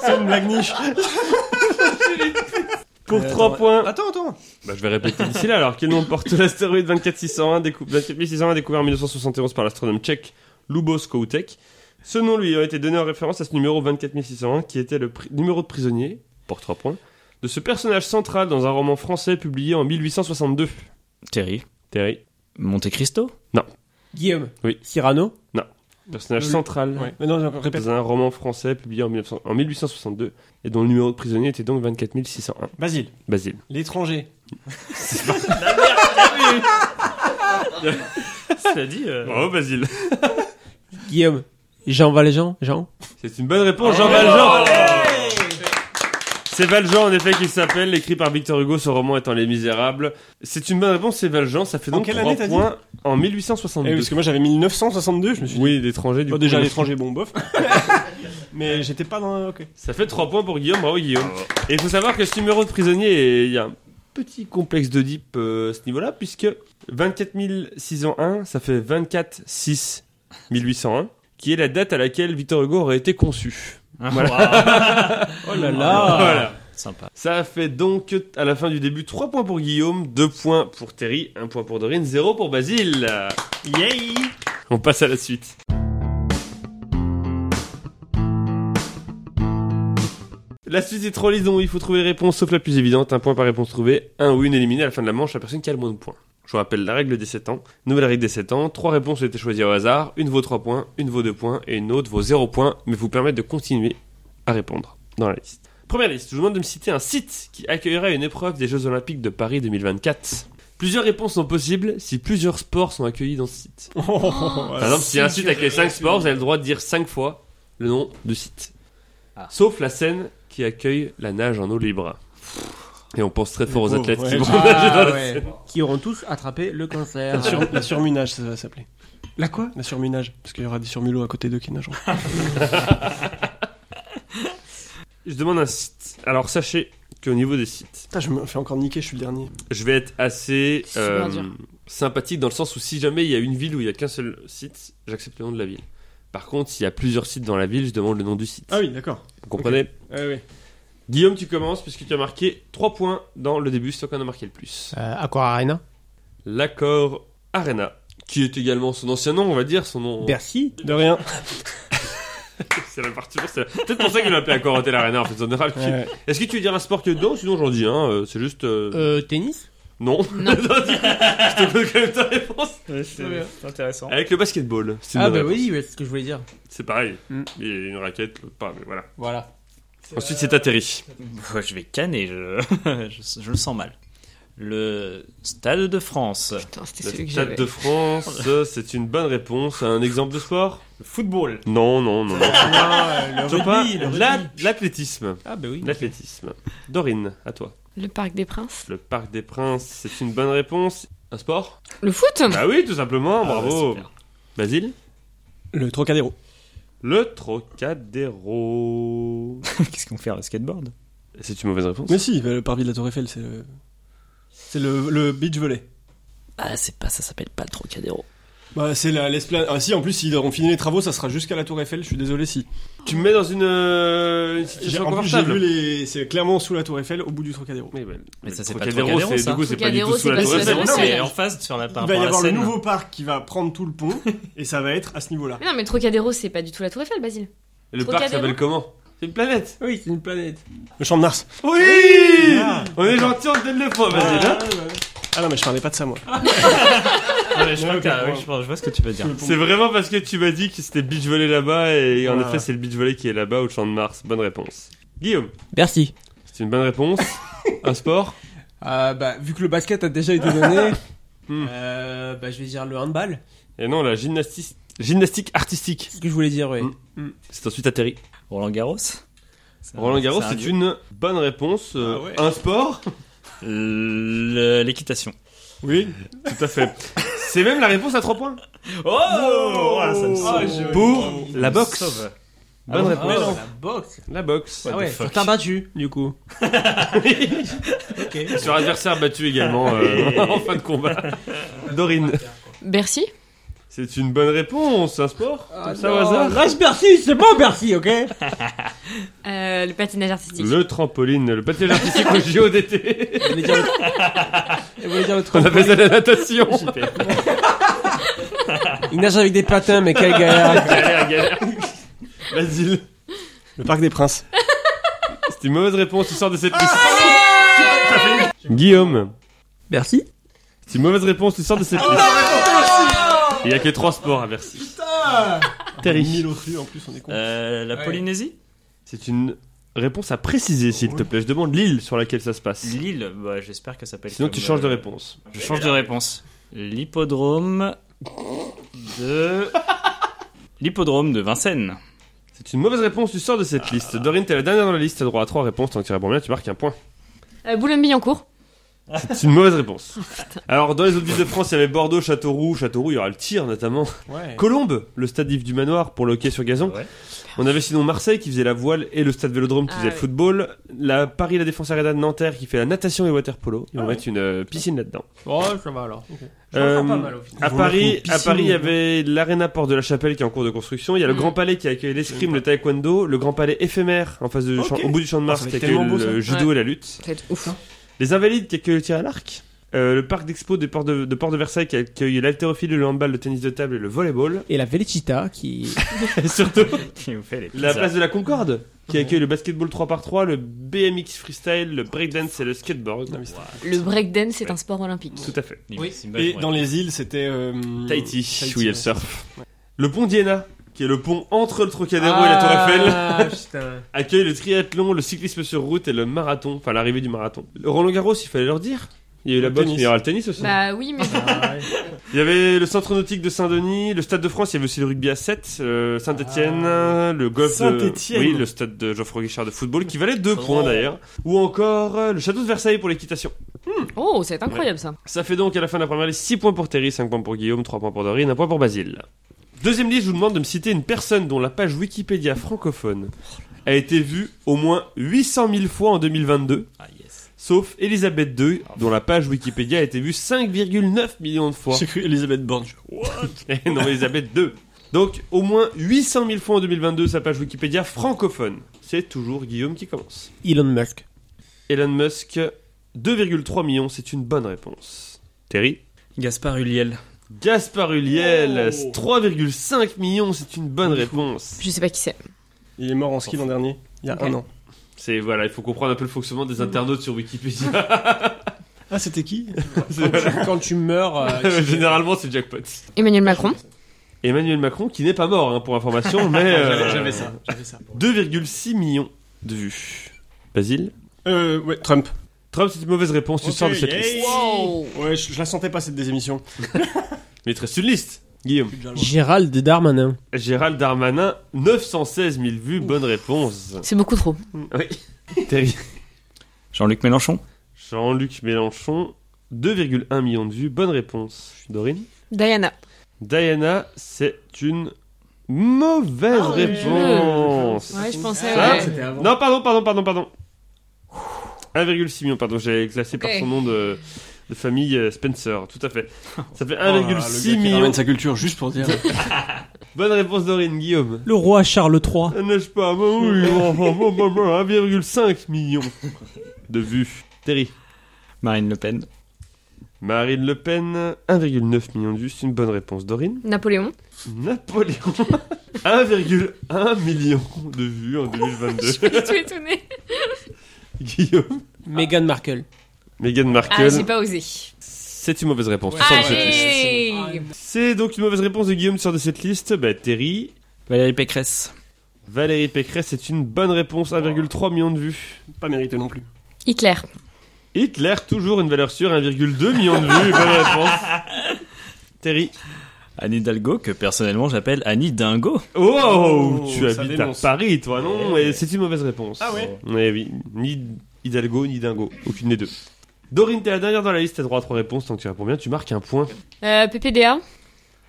Speaker 2: C'est une blague niche.
Speaker 1: Pour
Speaker 3: Euh,
Speaker 1: 3
Speaker 3: attends,
Speaker 1: points.
Speaker 2: Attends, attends.
Speaker 1: Bah, je vais répéter d'ici là. Alors, quel nom porte l'astéroïde 24601 décou- 24601 découvert en 1971 par l'astronome tchèque Lubos Koutek Ce nom lui a été donné en référence à ce numéro 24601 qui était le pri- numéro de prisonnier, pour 3 points, de ce personnage central dans un roman français publié en 1862.
Speaker 3: Thierry.
Speaker 1: Terry,
Speaker 3: Monte Cristo.
Speaker 5: Guillaume
Speaker 1: Oui.
Speaker 5: Cyrano
Speaker 1: personnage
Speaker 5: Le-
Speaker 1: central
Speaker 2: Ouais. Mais non, j'ai encore répète.
Speaker 1: dans un roman français publié en 1900 en 1862 et dont le numéro de prisonnier était donc 24601.
Speaker 2: Basile,
Speaker 1: Basile.
Speaker 2: l'étranger.
Speaker 3: Cela dit. euh,
Speaker 1: Bravo, Basile.
Speaker 5: Guillaume Jean Valjean Jean
Speaker 1: C'est une bonne réponse, Jean
Speaker 3: Oh
Speaker 1: Valjean. C'est Valjean, en effet, qu'il s'appelle, écrit par Victor Hugo, ce roman étant Les Misérables. C'est une bonne réponse, c'est Valjean, ça fait
Speaker 2: En
Speaker 1: donc
Speaker 2: quelle
Speaker 1: 3
Speaker 2: année t'as dit
Speaker 1: points en
Speaker 2: Eh,
Speaker 1: 1862.
Speaker 2: parce que moi j'avais 1962, je me suis dit.
Speaker 1: Oui, l'étranger, du
Speaker 2: Oh,
Speaker 1: coup.
Speaker 2: déjà l'étranger, bon bof. Mais j'étais pas dans. Ok.
Speaker 1: Ça fait 3 points pour Guillaume, bravo Guillaume. Et il faut savoir que ce numéro de prisonnier, il y a un petit complexe d'Oedipe euh, à ce niveau-là, puisque 24601, ça fait 246 1801, qui est la date à laquelle Victor Hugo aurait été conçu.
Speaker 5: Oh là
Speaker 3: Ah.
Speaker 1: Voilà.
Speaker 3: Sympa.
Speaker 1: Ça fait donc à la fin du début 3 points pour Guillaume, 2 points pour Terry, 1 point pour Dorine, 0 pour Basile.
Speaker 3: Yay.
Speaker 1: On passe à la suite. La suite est trop lise, donc il faut trouver les réponses sauf la plus évidente. Un point par réponse trouvée, un ou une éliminée à la fin de la manche, la personne qui a le moins de points. Je vous rappelle la règle des 7 ans. Nouvelle règle des 7 ans. Trois réponses ont été choisies au hasard. Une vaut 3 points, une vaut 2 points et une autre vaut 0 points, mais vous permettent de continuer à répondre dans la liste. Première liste, je vous demande de me citer un site qui accueillera une épreuve des Jeux Olympiques de Paris 2024. Plusieurs réponses sont possibles si plusieurs sports sont accueillis dans ce site.
Speaker 2: Oh,
Speaker 1: Par exemple, si un site accueille 5 sports, vous avez le droit de dire 5 fois le nom du site.
Speaker 3: Ah.
Speaker 1: Sauf la scène qui accueille la nage en eau libre. Et on pense très fort aux
Speaker 2: pauvres,
Speaker 1: athlètes qui
Speaker 2: ouais.
Speaker 1: vont nager dans
Speaker 5: Ah,
Speaker 1: la
Speaker 5: ouais. Qui auront tous attrapé le cancer.
Speaker 2: La, sur- la surmunage, ça va s'appeler.
Speaker 5: La quoi
Speaker 2: La surmunage, parce qu'il y aura des surmulots à côté d'eux qui nageront.
Speaker 1: Je demande un site. Alors sachez qu'au niveau des sites,
Speaker 2: Putain, je me fais encore niquer, je suis le dernier.
Speaker 1: je vais être assez
Speaker 4: C'est
Speaker 1: euh,
Speaker 4: super dur.
Speaker 1: sympathique dans le sens où si jamais il y a une ville où il y a qu'un seul site, j'accepte le nom de la ville. Par contre, s'il y a plusieurs sites dans la ville, je demande le nom du site.
Speaker 2: Ah oui, d'accord.
Speaker 1: Vous comprenez
Speaker 2: oui.
Speaker 1: Guillaume, tu commences puisque tu as marqué 3 points dans le début, c'est toi qui en as marqué le plus.
Speaker 5: Euh, Aqua Arena
Speaker 1: l'accord Arena, qui est également son ancien nom, on va dire, son nom.
Speaker 5: Bercy
Speaker 2: De rien.
Speaker 1: C'est la partie c'est la- peut-être pour ça qu'il l'appelait Accor Hotel Arena en fait. on aura le cul.
Speaker 2: Ouais.
Speaker 1: Est-ce que tu veux dire un sport qui est dedans Sinon j'en dis un, euh, c'est juste. euh,
Speaker 5: euh, Tennis
Speaker 1: Non. Je te donne quand même ta réponse.
Speaker 5: bien.
Speaker 3: C'est intéressant.
Speaker 1: Avec le basketball. C'est une
Speaker 5: Ah
Speaker 1: bonne
Speaker 5: bah
Speaker 1: réponse.
Speaker 5: oui, ouais, c'est ce que je voulais dire.
Speaker 1: C'est pareil.
Speaker 5: Mm.
Speaker 1: Il y a une raquette, l'autre pas, mais voilà.
Speaker 5: Voilà.
Speaker 1: Ensuite c'est atterri.
Speaker 3: Ouais, je vais canner, je... je, je le sens mal. Le Stade de France.
Speaker 4: Putain, c'était
Speaker 1: Le
Speaker 4: celui que
Speaker 1: Stade
Speaker 4: j'avais.
Speaker 1: de France, c'est une bonne réponse. Un exemple de sport
Speaker 3: Le football.
Speaker 1: Non, non, non. non.
Speaker 5: Ah, le
Speaker 1: Toujours pas. La- L'athlétisme.
Speaker 5: Ah bah oui.
Speaker 1: L'athlétisme. Dorine, à toi.
Speaker 4: Le Parc des Princes.
Speaker 1: Le Parc des Princes, c'est une bonne réponse. Un sport
Speaker 4: Le foot
Speaker 1: Bah oui, tout simplement, bravo.
Speaker 3: super.
Speaker 1: Basile
Speaker 2: Le Trocadéro.
Speaker 1: Le Trocadéro.
Speaker 3: Qu'est-ce qu'on fait le skateboard
Speaker 1: C'est une mauvaise réponse.
Speaker 2: Mais si, bah, le parvis de la Tour Eiffel, c'est le. C'est le, le beach volley.
Speaker 6: Ah, c'est pas ça, s'appelle pas le Trocadéro.
Speaker 2: Bah, c'est la- l'esplanade. Ah, si, en plus, s'ils auront fini les travaux, ça sera jusqu'à la Tour Eiffel, je suis désolé si.
Speaker 1: Tu me mets dans une, euh, une
Speaker 2: J'ai
Speaker 1: situation
Speaker 2: en plus, j'ai vu
Speaker 1: confortable.
Speaker 2: les. C'est clairement sous la Tour Eiffel, au bout du Trocadéro.
Speaker 1: Oui, bah,
Speaker 3: Mais ça,
Speaker 1: le
Speaker 3: c'est pas
Speaker 1: Trocadéro,
Speaker 3: Trocadéro,
Speaker 1: c'est-
Speaker 3: ça.
Speaker 1: Du coup, Bah, c'est pas du
Speaker 4: Trocadéro,
Speaker 1: tout sous
Speaker 4: c'est
Speaker 1: la
Speaker 4: pas
Speaker 1: tour
Speaker 4: sous la
Speaker 1: Eiffel.
Speaker 4: Tour
Speaker 3: Non,
Speaker 4: Eiffel.
Speaker 3: mais en face sur la par
Speaker 2: Il va y
Speaker 3: rapport à la
Speaker 2: avoir le
Speaker 3: Seine.
Speaker 2: nouveau parc qui va prendre tout le pont, et ça va être à ce niveau-là.
Speaker 4: Mais non, mais le Trocadéro, c'est pas du tout la Tour Eiffel, Basile.
Speaker 1: Le parc
Speaker 4: Trocadéro.
Speaker 1: s'appelle comment C'est une planète.
Speaker 5: Oui, c'est une planète.
Speaker 2: Le champ de Mars.
Speaker 1: Oui
Speaker 2: Ah.
Speaker 1: On est gentil, on te donne le point, vas-y.
Speaker 2: Ah, Ah non, mais je parlais pas de ça, moi.
Speaker 3: Ah, mais je, crois
Speaker 2: Ouais,
Speaker 3: que t'as-
Speaker 2: ok,
Speaker 3: oui, je pense- je vois ce que tu veux dire.
Speaker 1: C'est vraiment parce que tu m'as dit que c'était le beach volley là-bas et en
Speaker 2: Ouais.
Speaker 1: effet c'est le beach volley qui est là-bas au champ de Mars. Bonne réponse. Guillaume,
Speaker 5: Merci.
Speaker 1: c'est une bonne réponse. Un sport
Speaker 5: Euh, bah, vu que le basket a déjà été donné,
Speaker 1: Hmm.
Speaker 5: euh, bah, je vais dire le handball.
Speaker 1: Et non, la gymnastique, gymnastique artistique.
Speaker 5: C'est ce que je voulais dire, oui.
Speaker 1: Hmm. C'est ensuite atterri.
Speaker 3: Roland Garros
Speaker 1: Roland Garros, c'est une bonne réponse. Euh,
Speaker 2: Ah ouais.
Speaker 1: Un sport
Speaker 3: une. L'équitation.
Speaker 1: Oui, tout à fait. c'est même la réponse à 3 points.
Speaker 3: Oh, voilà, ça me
Speaker 2: Ah,
Speaker 3: sauve.
Speaker 2: je-
Speaker 1: Pour
Speaker 2: Oh,
Speaker 1: la
Speaker 3: me
Speaker 1: boxe.
Speaker 3: sauve.
Speaker 1: Bonne
Speaker 3: Ah,
Speaker 1: réponse.
Speaker 5: Mais non, la boxe.
Speaker 1: La boxe.
Speaker 5: Ah ouais,
Speaker 3: fuck.
Speaker 5: sur terre battu, du coup. ok.
Speaker 1: Sur adversaire battu également euh, en fin de combat. Dorine.
Speaker 4: Bercy
Speaker 1: C'est une bonne réponse, un sport
Speaker 5: Ah
Speaker 1: Comme ça au hasard
Speaker 5: Reste Bercy, c'est bon Bercy, ok
Speaker 4: Euh, Le patinage artistique.
Speaker 1: Le trampoline, le patinage artistique au JODT.
Speaker 5: Elle voulait dire le, Elle voulait dire le
Speaker 1: On
Speaker 5: truc.
Speaker 1: appelle ça la natation.
Speaker 5: Il nage avec des patins, mais quel galère.
Speaker 1: galère, galère. Basile.
Speaker 2: Le parc des Princes.
Speaker 1: C'est une mauvaise réponse, tu sors de cette liste. Guillaume.
Speaker 5: Bercy
Speaker 1: C'est une mauvaise réponse, tu sors de cette liste. Il y a que trois sports à Bercy. oh,
Speaker 2: Mille autres lieux, en plus, on est con.
Speaker 3: Euh, la
Speaker 5: Ouais.
Speaker 3: Polynésie
Speaker 1: C'est une réponse à préciser, s'il te plaît. Je demande l'île sur laquelle ça se passe.
Speaker 3: L'île bah, J'espère que ça s'appelle.
Speaker 1: Sinon,
Speaker 3: comme,
Speaker 1: tu changes de
Speaker 3: euh,
Speaker 1: réponse.
Speaker 3: Je change de réponse. L'hippodrome de. L'hippodrome de Vincennes.
Speaker 1: C'est une mauvaise réponse, tu sors de cette liste. Dorine, t'es la dernière dans la liste, t'as droit à trois réponses. Tant que tu réponds bien, tu marques un point.
Speaker 4: Euh, Boulogne-Billancourt.
Speaker 1: C'est une mauvaise réponse. Alors, dans les autres villes de France, il y avait Bordeaux, Châteauroux. Châteauroux, il y aura le tir notamment.
Speaker 2: Ouais.
Speaker 1: Colombe, le stade Yves du Manoir pour le hockey sur gazon.
Speaker 3: Ouais.
Speaker 1: On avait sinon Marseille qui faisait la voile et le stade Vélodrome qui
Speaker 4: Ah
Speaker 1: faisait le
Speaker 4: oui.
Speaker 1: football. La Paris, la Défense Arena de Nanterre qui fait la natation et water polo. Ils vont mettre une euh, piscine là-dedans.
Speaker 5: Oh, ça va alors.
Speaker 1: Euh,
Speaker 5: pas mal au final.
Speaker 1: À
Speaker 2: Ils vont mettre une
Speaker 1: Paris,
Speaker 2: piscine,
Speaker 1: à Paris, il y
Speaker 2: ouais.
Speaker 1: avait l'Arena Porte de la Chapelle qui est en cours de construction. Il y a le
Speaker 4: Mm.
Speaker 1: Grand Palais qui accueille l'escrime, le taekwondo, le Grand Palais éphémère en face de,
Speaker 2: Mm. Ok.
Speaker 1: au bout du champ de
Speaker 2: Oh, ça
Speaker 1: Mars
Speaker 2: va
Speaker 1: qui
Speaker 2: être
Speaker 1: accueille
Speaker 2: tellement beau,
Speaker 1: le
Speaker 2: ça.
Speaker 1: judo et la lutte.
Speaker 4: Ça va être ouf. hein.
Speaker 1: Les Invalides qui accueillent le tir à l'arc. Euh, le parc d'expo des ports de, de Port de Versailles qui accueille l'haltérophile, le handball, le tennis de table et le volleyball.
Speaker 5: Et la Velicita qui.
Speaker 1: Et surtout
Speaker 3: Qui vous fait les
Speaker 1: la
Speaker 3: pizzas.
Speaker 1: place de la Concorde qui accueille le basketball 3x3, le BMX freestyle, le breakdance et le skateboard.
Speaker 2: Ah oui, c'était-
Speaker 4: Le breakdance, c'est un sport olympique.
Speaker 1: Tout à fait.
Speaker 2: Oui.
Speaker 3: C'est une bonne
Speaker 2: Et
Speaker 3: réponse.
Speaker 2: dans les îles, c'était. euh,
Speaker 1: Tahiti,
Speaker 2: Tahiti,
Speaker 1: où il y a
Speaker 2: ouais.
Speaker 1: le surf. Le pont d'Iéna qui est le pont entre le Trocadéro et la Tour Eiffel.
Speaker 5: Ah, putain.
Speaker 1: accueille le triathlon, le cyclisme sur route et le marathon, enfin l'arrivée du marathon. Le Roland Garros, il fallait leur dire. Il y a eu la
Speaker 2: Le
Speaker 1: boxe,
Speaker 2: tennis.
Speaker 1: mais il y aura le tennis aussi.
Speaker 4: Bah oui, mais.
Speaker 5: Ah,
Speaker 1: Il y avait le centre nautique de Saint-Denis, le stade de France, il y avait aussi le rugby à 7, Saint-Etienne, le golf
Speaker 2: Saint-Étienne.
Speaker 1: de... Oui, le stade de Geoffroy Guichard de football, qui valait deux points d'ailleurs. Ou encore euh, le château de Versailles pour l'équitation.
Speaker 4: Oh, ça va être incroyable ça.
Speaker 1: Ça fait donc à la fin de la première liste 6 points pour Terry, 5 points pour Guillaume, 3 points pour Dorine, 1 point pour Basile. Deuxième liste, je vous demande de me citer une personne dont la page Wikipédia francophone a été vue au moins 800 000 fois en 2022,
Speaker 3: Ah, yes.
Speaker 1: sauf Elisabeth II, dont la page Wikipédia a été vue 5,9 millions de fois.
Speaker 2: J'ai cru Elisabeth Borne. je-
Speaker 1: Et non, Elisabeth II. Donc, au moins 800 000 fois en 2022, sa page Wikipédia francophone. C'est toujours Guillaume qui commence.
Speaker 5: Elon Musk.
Speaker 1: Elon Musk, 2,3 millions, c'est une bonne réponse. Terry
Speaker 3: Gaspard Huliel.
Speaker 1: Gaspard Huliel,
Speaker 2: Oh.
Speaker 1: 3,5 millions, c'est une bonne réponse.
Speaker 4: Je sais pas qui c'est.
Speaker 2: Il est mort en ski l'an dernier, il y a
Speaker 4: Ok.
Speaker 2: un an.
Speaker 1: C'est voilà, il faut comprendre un peu le fonctionnement
Speaker 2: Mmh.
Speaker 1: des internautes sur Wikipédia.
Speaker 2: Ah, c'était qui
Speaker 1: C'est-
Speaker 5: Quand tu meurs. euh,
Speaker 2: bah,
Speaker 1: voilà. Généralement, c'est jackpot.
Speaker 4: Emmanuel Macron.
Speaker 1: Emmanuel Macron qui n'est pas mort hein, pour information, mais euh,
Speaker 2: Ah, J'avais ça. J'avais ça.
Speaker 1: 2,6 millions de vues. Basile
Speaker 2: Euh, ouais, Trump.
Speaker 1: Trump, c'est une mauvaise réponse, tu
Speaker 2: Ok,
Speaker 1: sors de cette
Speaker 2: yay.
Speaker 1: liste.
Speaker 4: Wow.
Speaker 2: Ouais, je, je la sentais pas cette désémission.
Speaker 1: Mais il te reste une liste. Guillaume.
Speaker 5: Gérald Darmanin.
Speaker 1: Gérald Darmanin, 916 000 vues, bonne réponse.
Speaker 4: C'est beaucoup trop.
Speaker 1: Terry.
Speaker 3: Jean-Luc Mélenchon.
Speaker 1: Jean-Luc Mélenchon, 2,1 millions de vues, bonne réponse. Dorine
Speaker 4: Diana.
Speaker 1: Diana, c'est une Mauvaise
Speaker 4: Ah, ouais.
Speaker 1: réponse.
Speaker 4: Ouais, je pensais.
Speaker 1: Ça,
Speaker 4: ouais.
Speaker 1: c'était Non, pardon, pardon, pardon, pardon. 1,6 million, pardon, j'avais classé par
Speaker 4: Ok.
Speaker 1: son nom de, de famille euh, Spencer, tout à fait. Ça fait
Speaker 2: Oh là là,
Speaker 1: 1,6
Speaker 2: le gars qui
Speaker 1: million.
Speaker 7: de sa culture, juste pour dire.
Speaker 1: Bonne réponse d'Aurine Guillaume.
Speaker 5: Le roi Charles III.
Speaker 1: N'est-ce pas bah oui, enfin, bon, bon, bon, 1,5 million de vues. Terry.
Speaker 3: Marine Le Pen.
Speaker 1: Marine Le Pen, 1,9 million de vues, c'est une bonne réponse d'Aurine.
Speaker 4: Napoléon.
Speaker 1: Napoléon, 1,1 million de vues en 2022.
Speaker 4: Je suis étonnée.
Speaker 1: Guillaume.
Speaker 5: Meghan Markle.
Speaker 1: Meghan
Speaker 4: Ah,
Speaker 1: Markle,
Speaker 4: j'ai pas osé.
Speaker 1: c'est une mauvaise réponse.
Speaker 7: Ouais.
Speaker 4: Allez
Speaker 1: C'est donc une mauvaise réponse de Guillaume sur de cette liste. Bah, Terry,
Speaker 3: Valérie Pécresse.
Speaker 1: Valérie Pécresse, c'est une bonne réponse, 1,3 million de vues.
Speaker 2: Pas mérité non plus.
Speaker 4: Hitler.
Speaker 1: Hitler, toujours une valeur sûre, 1,2 million de vues, bonne réponse. Terry.
Speaker 3: Anne Hidalgo, que personnellement j'appelle Annie Dingo.
Speaker 1: Oh,
Speaker 2: Oh,
Speaker 1: tu
Speaker 2: ça
Speaker 1: habites
Speaker 2: dénonce.
Speaker 1: à Paris, toi, non
Speaker 3: Ouais.
Speaker 1: Et C'est une mauvaise réponse.
Speaker 2: Ah
Speaker 3: Oh.
Speaker 2: ouais
Speaker 1: Ouais, oui. Ni Hidalgo, ni Dingo. Aucune des deux. Dorine, t'es la dernière dans la liste, t'as droit à trois réponses, tant que tu réponds bien, tu marques un point.
Speaker 4: Euh, PPDA.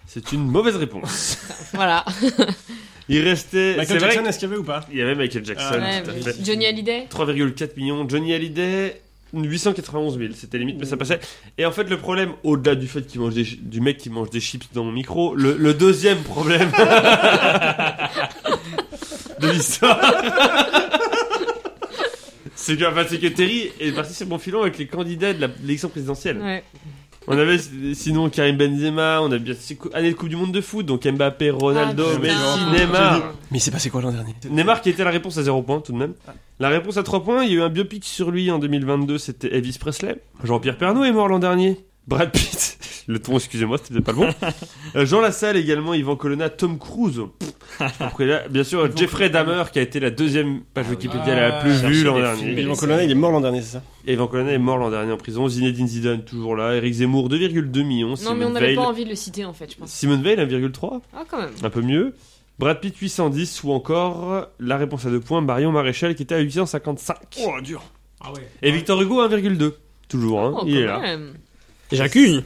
Speaker 1: C'est une mauvaise réponse.
Speaker 4: Voilà.
Speaker 1: Il restait. C'est
Speaker 2: Michael
Speaker 1: vrai
Speaker 2: Jackson, est-ce qu'il y avait ou pas
Speaker 1: qu'il- Il y avait Michael Jackson,
Speaker 2: Ah,
Speaker 4: Ouais,
Speaker 1: tout à
Speaker 4: mais
Speaker 1: fait.
Speaker 4: Johnny Hallyday.
Speaker 1: 3,4 millions. Johnny Hallyday, 891 000. C'était limite,
Speaker 4: Mm.
Speaker 1: mais ça passait. Et en fait, le problème, au-delà du fait qu'il mange des, chi- du mec qui mange des chips dans mon micro, le, le deuxième problème de l'histoire. C'est que, enfin, c'est que Terry est parti sur mon filon avec les candidats de la- de l'élection présidentielle.
Speaker 4: Ouais.
Speaker 1: On avait sinon Karim Benzema, on a bien c'est cou- année de Coupe du Monde de foot, donc Mbappé, Ronaldo,
Speaker 4: Ah, putain.
Speaker 1: Messi, Neymar.
Speaker 7: Mais c'est passé quoi l'an dernier
Speaker 1: Neymar qui était la réponse à 0 points tout de même. La réponse à 3 points, il y a eu un biopic sur lui en 2022, c'était Elvis Presley. Jean-Pierre Pernaut est mort l'an dernier. Brad Pitt, le ton, excusez-moi, c'était peut-être pas le bon. Euh, Jean Lassalle également, Yvan Colonna, Tom Cruise. Pff, je sais pas pourquoi il est là. Bien sûr, Jeffrey Dahmer qui a été la deuxième page Wikipédia la plus
Speaker 3: chercher
Speaker 1: vue l'an
Speaker 3: des
Speaker 1: dernier.
Speaker 3: films.
Speaker 2: Yvan Colonna, il est mort l'an dernier, c'est ça
Speaker 1: Yvan Colonna est mort l'an dernier en prison. Zinedine Zidane toujours là. Eric Zemmour 2,2 millions.
Speaker 4: Non, mais on
Speaker 1: Simone
Speaker 4: n'avait
Speaker 1: Veil,
Speaker 4: pas envie de le citer en fait, je pense.
Speaker 1: Simone Veil 1,3
Speaker 4: Ah, quand même.
Speaker 1: un peu mieux. Brad Pitt 810 ou encore la réponse à deux points Marion Maréchal qui était à 855.
Speaker 2: Oh, dur
Speaker 5: Ah,
Speaker 1: Et Victor Hugo 1,2. Toujours, hein,
Speaker 4: Oh,
Speaker 1: il est
Speaker 4: quand
Speaker 1: là.
Speaker 4: même.
Speaker 5: J'accuse.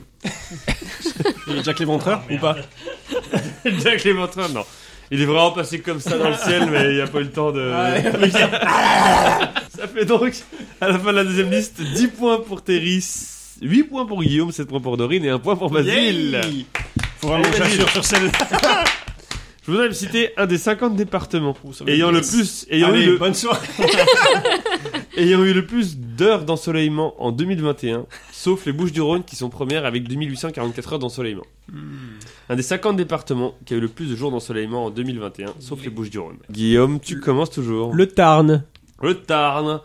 Speaker 2: Il est Jack l'éventreur ou pas
Speaker 1: Jack Léventreur, non. Il est vraiment passé comme ça dans le ciel, mais il n'y a pas eu le temps de.
Speaker 4: Ah
Speaker 1: ça fait donc, à la fin de la deuxième liste, 10 points pour Terry, 8 points pour Guillaume, 7 points pour Dorine et 1 point pour Basile.
Speaker 2: Faut vraiment que
Speaker 1: Allez,
Speaker 2: j'assure sur celle-là.
Speaker 1: Je voudrais me citer un des 50 départements
Speaker 2: va
Speaker 1: ayant
Speaker 2: être
Speaker 1: le
Speaker 2: dix.
Speaker 1: plus, ayant eu
Speaker 2: Allez,
Speaker 1: le,
Speaker 2: bonne soirée.
Speaker 1: ayant eu le plus d'heures d'ensoleillement en 2021, sauf les Bouches-du-Rhône qui sont premières avec 2844 heures d'ensoleillement. Un des 50 départements qui a eu le plus de jours d'ensoleillement en 2021, sauf les Bouches-du-Rhône. Guillaume, tu commences toujours. Le,
Speaker 5: Le Tarn.
Speaker 1: Tarn.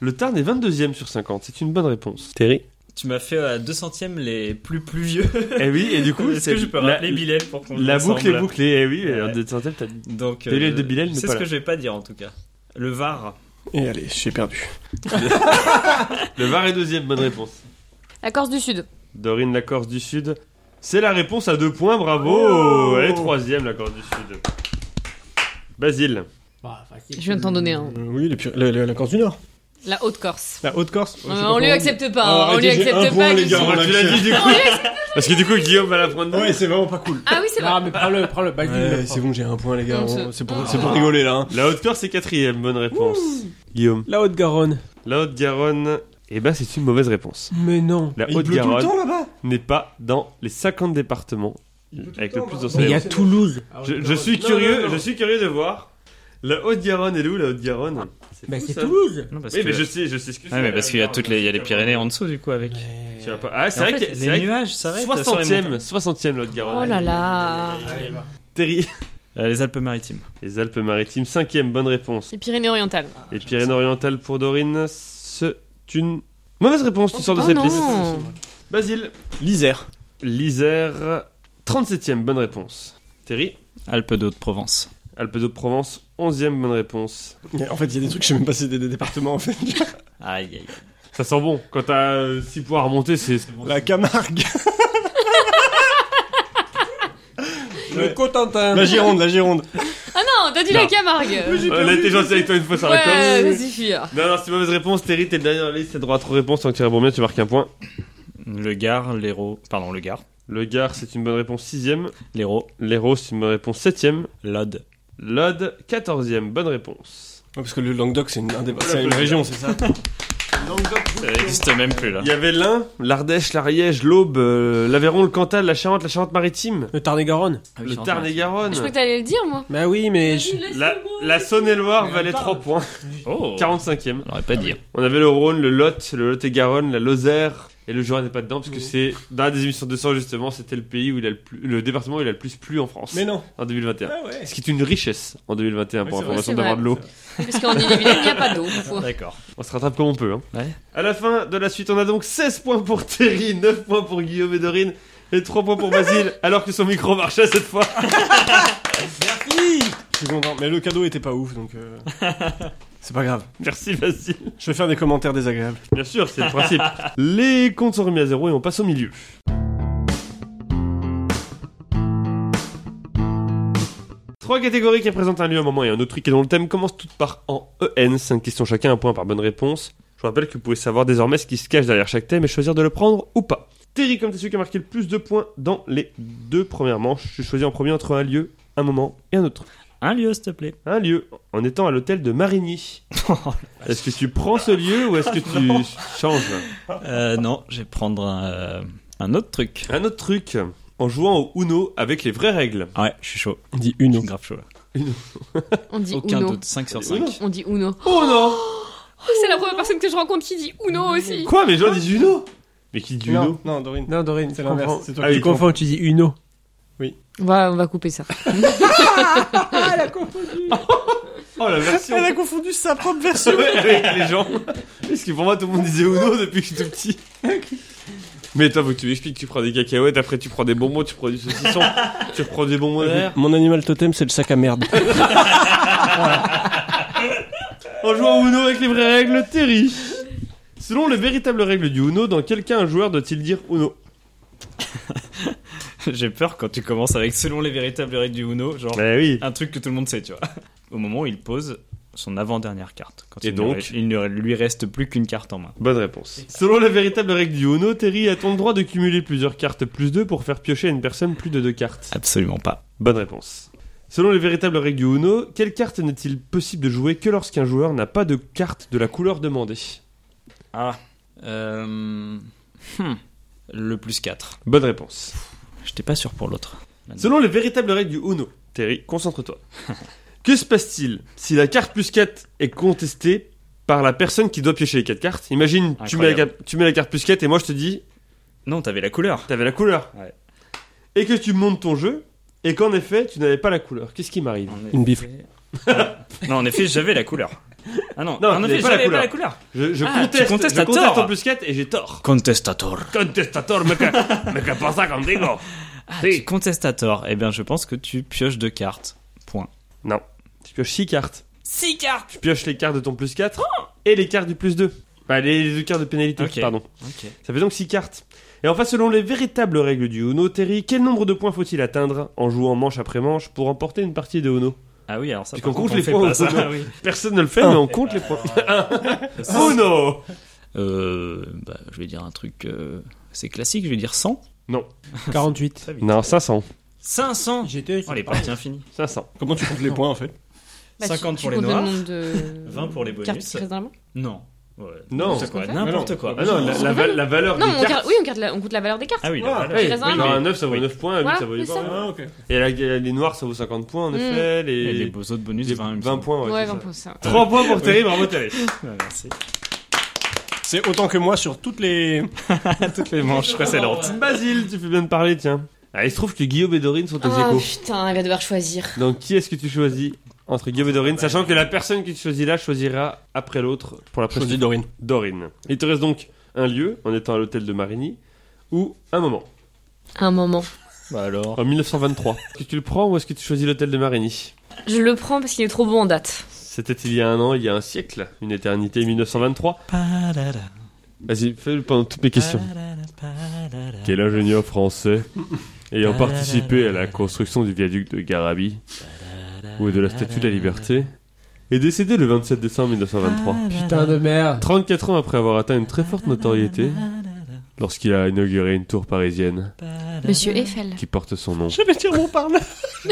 Speaker 1: Le Tarn est 22e sur 50, c'est une bonne réponse. Terry
Speaker 3: Tu m'as fait à 200ème les plus pluvieux.
Speaker 1: Eh oui, et du coup,
Speaker 3: Est-ce que je peux
Speaker 1: la,
Speaker 3: rappeler Bilal pour qu'on
Speaker 1: la
Speaker 3: joue
Speaker 1: boucle est
Speaker 3: ensemble
Speaker 1: bouclée, eh oui,
Speaker 3: Ouais.
Speaker 1: en décentrale, t'as dit.
Speaker 3: Donc, euh,
Speaker 1: Bilal de Bilal n'est
Speaker 3: c'est
Speaker 1: pas
Speaker 3: ce que
Speaker 1: là.
Speaker 3: je vais pas dire en tout cas. Le Var.
Speaker 2: Et allez, j'ai perdu.
Speaker 1: Le Var est deuxième, bonne réponse.
Speaker 4: La Corse du Sud.
Speaker 1: Dorine, la Corse du Sud. C'est la réponse à deux points, bravo
Speaker 2: Oh.
Speaker 1: Elle est troisième, la Corse du Sud. Basile.
Speaker 5: Bah,
Speaker 4: Je viens de t'en donner un.
Speaker 2: Euh, oui, le, pur- le- le- la Corse du Nord.
Speaker 4: La Haute-Corse.
Speaker 2: La Haute-Corse.
Speaker 4: Non, mais Euh, on lui accepte pas, hein, on lui accepte pas. du tout.
Speaker 1: on Tu l'as dit, du coup. Parce que du coup, Guillaume va la prendre.
Speaker 2: Ouais, c'est vraiment pas cool.
Speaker 4: Ah oui, c'est vrai.
Speaker 5: Non, mais prends-le, prends-le. Basile, le prend.
Speaker 2: c'est bon, j'ai un point, les gars.
Speaker 4: On se-
Speaker 2: C'est pour, c'est pour rigoler là. hein.
Speaker 1: La Haute-Corse c'est quatrième, bonne réponse. Guillaume.
Speaker 5: La Haute-Garonne.
Speaker 1: La Haute-Garonne, eh ben c'est une mauvaise réponse.
Speaker 5: Mais non.
Speaker 1: La
Speaker 2: Il pleut tout le
Speaker 1: Haute-Garonne
Speaker 2: temps là-bas.
Speaker 1: n'est pas dans les 50 départements avec le plus
Speaker 5: Mais il y
Speaker 1: d'ensoleillement.
Speaker 5: a Toulouse.
Speaker 1: Je, je suis
Speaker 2: Ah, Non,
Speaker 1: curieux,
Speaker 2: non, non.
Speaker 1: je suis curieux de voir. La Haute-Garonne, elle est où la Haute-Garonne
Speaker 5: Bah,
Speaker 1: fou,
Speaker 5: c'est
Speaker 1: ça.
Speaker 2: hein.
Speaker 5: Toulouse.
Speaker 3: Non, parce
Speaker 1: Oui,
Speaker 3: que...
Speaker 1: mais je sais, je sais ce que c'est.
Speaker 3: Ouais, mais parce qu'il y a toutes les, il y a les Pyrénées en dessous du coup avec.
Speaker 1: Tu vas pas- Ah, c'est
Speaker 3: Et en
Speaker 1: vrai
Speaker 3: fait,
Speaker 1: que c'est
Speaker 3: les
Speaker 1: vrai que-
Speaker 3: nuages s'arrêtent. sur les
Speaker 1: 60e,
Speaker 3: montagnes.
Speaker 1: 60e la Haute-Garonne.
Speaker 4: Oh là là.
Speaker 1: Terry.
Speaker 3: Euh, les Alpes-Maritimes.
Speaker 1: Les Alpes-Maritimes, 5e, bonne réponse.
Speaker 4: Les Pyrénées-Orientales.
Speaker 1: Les Pyrénées-Orientales pour Dorine, c'est une mauvaise réponse, tu sors de
Speaker 4: Oh
Speaker 1: cette liste.
Speaker 4: non.
Speaker 1: Basile.
Speaker 2: L'Isère.
Speaker 1: L'Isère, 37e, bonne réponse. Terry.
Speaker 3: Alpes d'Haute Provence.
Speaker 1: Alpes de Provence, 11e, bonne réponse.
Speaker 2: En fait, il y a des trucs, je sais même pas si c'est des, des départements en fait.
Speaker 3: Aïe aïe.
Speaker 1: Ça sent bon, quand t'as 6 points à remonter, c'est. c'est bon.
Speaker 2: La Camargue.
Speaker 5: Le Cotentin.
Speaker 2: La Gironde, la Gironde.
Speaker 4: Ah non, t'as dit
Speaker 1: Non.
Speaker 4: la Camargue.
Speaker 1: On a été gentil avec toi une fois, ça raconte.
Speaker 4: Ouais, ça suffit.
Speaker 1: Non, non, c'est une mauvaise réponse, Terry, t'es le dernier dans la liste, t'as droit à 3 réponses, tant que tu réponds bien, tu marques un point.
Speaker 3: Le Gard, l'Hérault. Pardon, le Gard.
Speaker 1: Le Gard, c'est une bonne réponse sixième.
Speaker 3: L'héros,
Speaker 1: L'Hérault, c'est une bonne réponse septième.
Speaker 3: l'ode.
Speaker 1: L'Aude, quatorzième. Bonne réponse.
Speaker 2: parce que le Languedoc, c'est une, un des- c'est une région, c'est ça
Speaker 3: Ça n'existe Euh, même plus là.
Speaker 1: Il y avait l'Ain, l'Ardèche, l'Ariège, l'Aube, euh, l'Aveyron, le Cantal, la Charente, la Charente-Maritime,
Speaker 5: Le Tarn-et-Garonne
Speaker 6: Ah oui,
Speaker 1: le
Speaker 6: j'ai entendu.
Speaker 1: Tarn-et-Garonne.
Speaker 4: Je crois que t'allais le dire, moi.
Speaker 5: Bah oui, mais. je-
Speaker 1: La, la Saône-et-Loire valait 3 points,
Speaker 3: Oh
Speaker 1: 45e.
Speaker 6: On l'aurait pas
Speaker 3: Ah
Speaker 6: dit.
Speaker 1: On avait le Rhône, le Lot, le Lot-et-Garonne, la Lozère. Et le Jura n'est pas dedans, parce que c'est dans la des émissions de 200, justement, c'était le pays où il a le, plus- le département où il a le plus plu en France
Speaker 2: Mais non.
Speaker 1: en 2021.
Speaker 2: Ah ouais.
Speaker 1: Ce qui est une richesse en 2021 pour
Speaker 2: Oui,
Speaker 1: information
Speaker 2: c'est vrai.
Speaker 4: C'est
Speaker 1: d'avoir
Speaker 4: vrai.
Speaker 1: de l'eau.
Speaker 4: Parce qu'en Ille-et-Vilaine, il n'y a pas d'eau. Faut-
Speaker 3: D'accord.
Speaker 1: On se rattrape comme on peut. Hein.
Speaker 6: Ouais.
Speaker 1: À la fin de la suite, on a donc 16 points pour Terry, 9 points pour Guillaume et Dorine et 3 points pour Basile, alors que son micro marchait cette fois.
Speaker 2: Je suis content. Mais le cadeau était pas ouf, donc. euh, c'est pas grave.
Speaker 1: Merci Basile.
Speaker 2: Je vais faire des commentaires désagréables.
Speaker 1: Bien sûr, c'est le principe. Les comptes sont remis à zéro et on passe au milieu. Trois catégories qui représentent un lieu, un moment et un autre truc et dont le thème commence toutes par en EN. Cinq questions chacun, un point par bonne réponse. Je vous rappelle que vous pouvez savoir désormais ce qui se cache derrière chaque thème et choisir de le prendre ou pas. Terry, comme t'es celui qui a marqué le plus de points dans les deux premières manches, tu choisis en premier entre un lieu, un moment et un autre.
Speaker 3: Un lieu, s'il te plaît.
Speaker 1: Un lieu, en étant à l'hôtel de Marigny. est-ce que tu prends ce lieu ou est-ce que tu changes
Speaker 3: Euh, non, je vais prendre un, euh, un autre truc.
Speaker 1: Un autre truc, en jouant au Uno avec les vraies règles.
Speaker 3: Ah ouais, je suis chaud.
Speaker 2: On dit
Speaker 3: Je
Speaker 2: Uno.
Speaker 3: suis grave chaud là.
Speaker 4: On dit
Speaker 3: Aucun
Speaker 4: Uno.
Speaker 3: doute, 5 sur 5.
Speaker 1: Uno.
Speaker 4: On dit Uno.
Speaker 1: Oh non
Speaker 4: Oh, c'est la première personne que je rencontre qui dit
Speaker 1: Mmh.
Speaker 4: Uno aussi.
Speaker 1: Quoi Mais les gens disent Uno Mais qui dit Uno
Speaker 2: Non, non, Dorine.
Speaker 5: Non, Dorine,
Speaker 2: C'est
Speaker 5: tu
Speaker 2: l'inverse,
Speaker 5: comprends.
Speaker 2: c'est toi
Speaker 1: Ah
Speaker 2: qui
Speaker 1: oui,
Speaker 5: Tu
Speaker 2: comprends.
Speaker 5: confonds, tu dis Uno.
Speaker 4: On va, on va couper ça. Ah,
Speaker 1: Oh la version
Speaker 2: Elle a confondu sa propre version.
Speaker 1: Ouais, avec les gens Parce que pour moi tout le monde disait Uno depuis que je suis tout petit. Mais toi, faut que tu m'expliques, tu prends des cacahuètes, après tu prends des bonbons, tu prends du saucisson, tu reprends des bonbons d'air.
Speaker 2: Mon animal totem, c'est le sac à merde.
Speaker 1: En jouant au Uno avec les vraies règles, Terry Selon les véritables règles du Uno, dans quel cas un joueur doit-il dire Uno
Speaker 3: J'ai peur quand tu commences avec selon les véritables règles du Uno, genre
Speaker 1: Bah oui
Speaker 3: un truc que tout le monde sait, tu vois. Au moment où il pose son avant-dernière carte. Quand
Speaker 1: Et
Speaker 3: il
Speaker 1: donc
Speaker 3: ne, il ne lui reste plus qu'une carte en main.
Speaker 1: Bonne réponse. Selon la véritable règle du Uno, Terry a-t-on le droit de cumuler plusieurs cartes plus 2 pour faire piocher à une personne plus de deux cartes
Speaker 3: Absolument pas.
Speaker 1: Bonne réponse. Selon les véritables règles du Uno, quelle carte n'est-il possible de jouer que lorsqu'un joueur n'a pas de carte de la couleur demandée
Speaker 3: Ah. Euh, hmm. Le plus 4.
Speaker 1: Bonne réponse.
Speaker 3: J'étais pas sûr pour l'autre.
Speaker 1: Selon les véritables règles du Uno, Terry, concentre-toi. que se passe-t-il si la carte plus 4 est contestée par la personne qui doit piocher les 4 cartes Imagine, tu mets, la,
Speaker 3: Incroyable.
Speaker 1: carte- tu mets la carte plus 4 et moi je te dis
Speaker 3: Non, t'avais la couleur.
Speaker 1: T'avais la couleur.
Speaker 3: Ouais.
Speaker 1: Et que tu montes ton jeu, et qu'en effet, tu n'avais pas la couleur. Qu'est-ce qui m'arrive
Speaker 2: Une bifle.
Speaker 3: Ah. non, en effet, j'avais la couleur. Ah non,
Speaker 1: Non,
Speaker 3: en
Speaker 1: tu n'avais
Speaker 3: effet,
Speaker 1: pas la
Speaker 3: j'avais pas la couleur.
Speaker 1: Je, je
Speaker 3: Ah, tu
Speaker 1: conteste,
Speaker 3: contestes
Speaker 1: je
Speaker 3: à
Speaker 1: conteste
Speaker 3: tort.
Speaker 1: en plus 4 et j'ai tort.
Speaker 3: Contestator.
Speaker 1: Contestator, me que, me que pasa contigo
Speaker 3: Ah,
Speaker 1: Si.
Speaker 3: tu contestator. Eh bien, je pense que tu pioches deux cartes. Point.
Speaker 1: Tu pioches 6 cartes.
Speaker 6: 6 cartes
Speaker 1: Tu pioches les cartes de ton plus 4 et les cartes du plus 2. Bah, les, les deux cartes de pénalité,
Speaker 3: Ok.
Speaker 1: pardon.
Speaker 3: Ok.
Speaker 1: Ça fait donc 6 cartes. Et enfin, selon les véritables règles du Uno, Terry, quel nombre de points faut-il atteindre en jouant manche après manche pour emporter une partie de Uno
Speaker 3: Ah oui, alors ça.
Speaker 1: Tu
Speaker 3: par
Speaker 1: comptes
Speaker 3: contre, on
Speaker 1: les
Speaker 3: fait
Speaker 1: points
Speaker 3: pas
Speaker 1: au
Speaker 3: ça.
Speaker 1: bout de-
Speaker 3: Ah oui.
Speaker 1: Personne ne le fait, mais on compte les points. Uno
Speaker 6: Euh. Bah, je vais dire un truc. euh, C'est classique, je vais dire 100.
Speaker 5: 48.
Speaker 1: Non, 500.
Speaker 3: 500
Speaker 5: J'étais.
Speaker 3: Oh, les parties infinies.
Speaker 1: 500.
Speaker 2: Comment tu comptes les points en fait
Speaker 4: Bah,
Speaker 3: 50
Speaker 4: tu-
Speaker 3: pour
Speaker 4: tu
Speaker 3: les
Speaker 4: comptes le
Speaker 3: noirs.
Speaker 4: nombre de-
Speaker 3: 20 pour les
Speaker 4: cartes
Speaker 3: bonus.
Speaker 4: qui restent dans la main
Speaker 3: Non. Ouais.
Speaker 1: Non.
Speaker 3: N'importe quoi.
Speaker 4: Mais
Speaker 3: N'importe quoi.
Speaker 1: Ah non, la, la val- la valeur
Speaker 4: Non,
Speaker 1: des
Speaker 4: mais on,
Speaker 1: cartes.
Speaker 4: garde- oui, on, garde la- on coûte la valeur des cartes.
Speaker 3: Ah oui, la valeur.
Speaker 1: Ouais,
Speaker 4: Tu raisonnes,
Speaker 1: oui, genre
Speaker 4: mais-
Speaker 1: un 9 ça vaut
Speaker 3: Oui.
Speaker 1: 9 points, un 8
Speaker 4: Voilà,
Speaker 1: ça vaut
Speaker 4: c'est
Speaker 1: 8
Speaker 4: ça.
Speaker 1: points.
Speaker 2: Ah, ok.
Speaker 1: Et la- la- les noirs ça vaut 50 points en
Speaker 4: Mm.
Speaker 1: effet. Les,
Speaker 3: Et les beaux autres bonus,
Speaker 1: les
Speaker 3: 20,
Speaker 1: 20 points, ouais.
Speaker 4: Ouais,
Speaker 1: c'est
Speaker 4: on
Speaker 1: ça.
Speaker 4: pense ça.
Speaker 1: 3 points pour Terry, bravo Terry.
Speaker 3: Ouais, Ah, merci.
Speaker 2: C'est autant que moi sur toutes les.
Speaker 3: Toutes les manches précédentes.
Speaker 1: Basile, tu fais bien de parler, tiens. Ah, il se trouve que Guillaume et Dorine sont tes
Speaker 4: Ah
Speaker 1: échos.
Speaker 4: putain, elle va devoir choisir.
Speaker 1: Donc qui est-ce que tu choisis entre Guillaume et Dorine, sachant que la personne que tu choisis là choisira après l'autre pour la
Speaker 2: Choisis
Speaker 1: prochaine
Speaker 2: Dorine.
Speaker 1: Dorine. Il te reste donc un lieu, en étant à l'hôtel de Marigny, ou un moment,
Speaker 4: Un moment.
Speaker 3: Bah alors.
Speaker 1: en 1923. est-ce que tu le prends ou est-ce que tu choisis l'hôtel de Marigny
Speaker 4: Je le prends parce qu'il est trop bon en date.
Speaker 1: C'était il y a un an, il y a un siècle, une éternité, 1923. Vas-y, fais pendant toutes mes questions. Quel ingénieur français, ayant participé à la construction du viaduc de Garabi ou de la Statue de la Liberté, est décédé le 27 décembre 1923
Speaker 5: Putain de merde.
Speaker 1: 34 ans après avoir atteint une très forte notoriété, lorsqu'il a inauguré une tour parisienne
Speaker 4: Monsieur Eiffel.
Speaker 1: qui porte son nom.
Speaker 2: Je vais dire mon parle.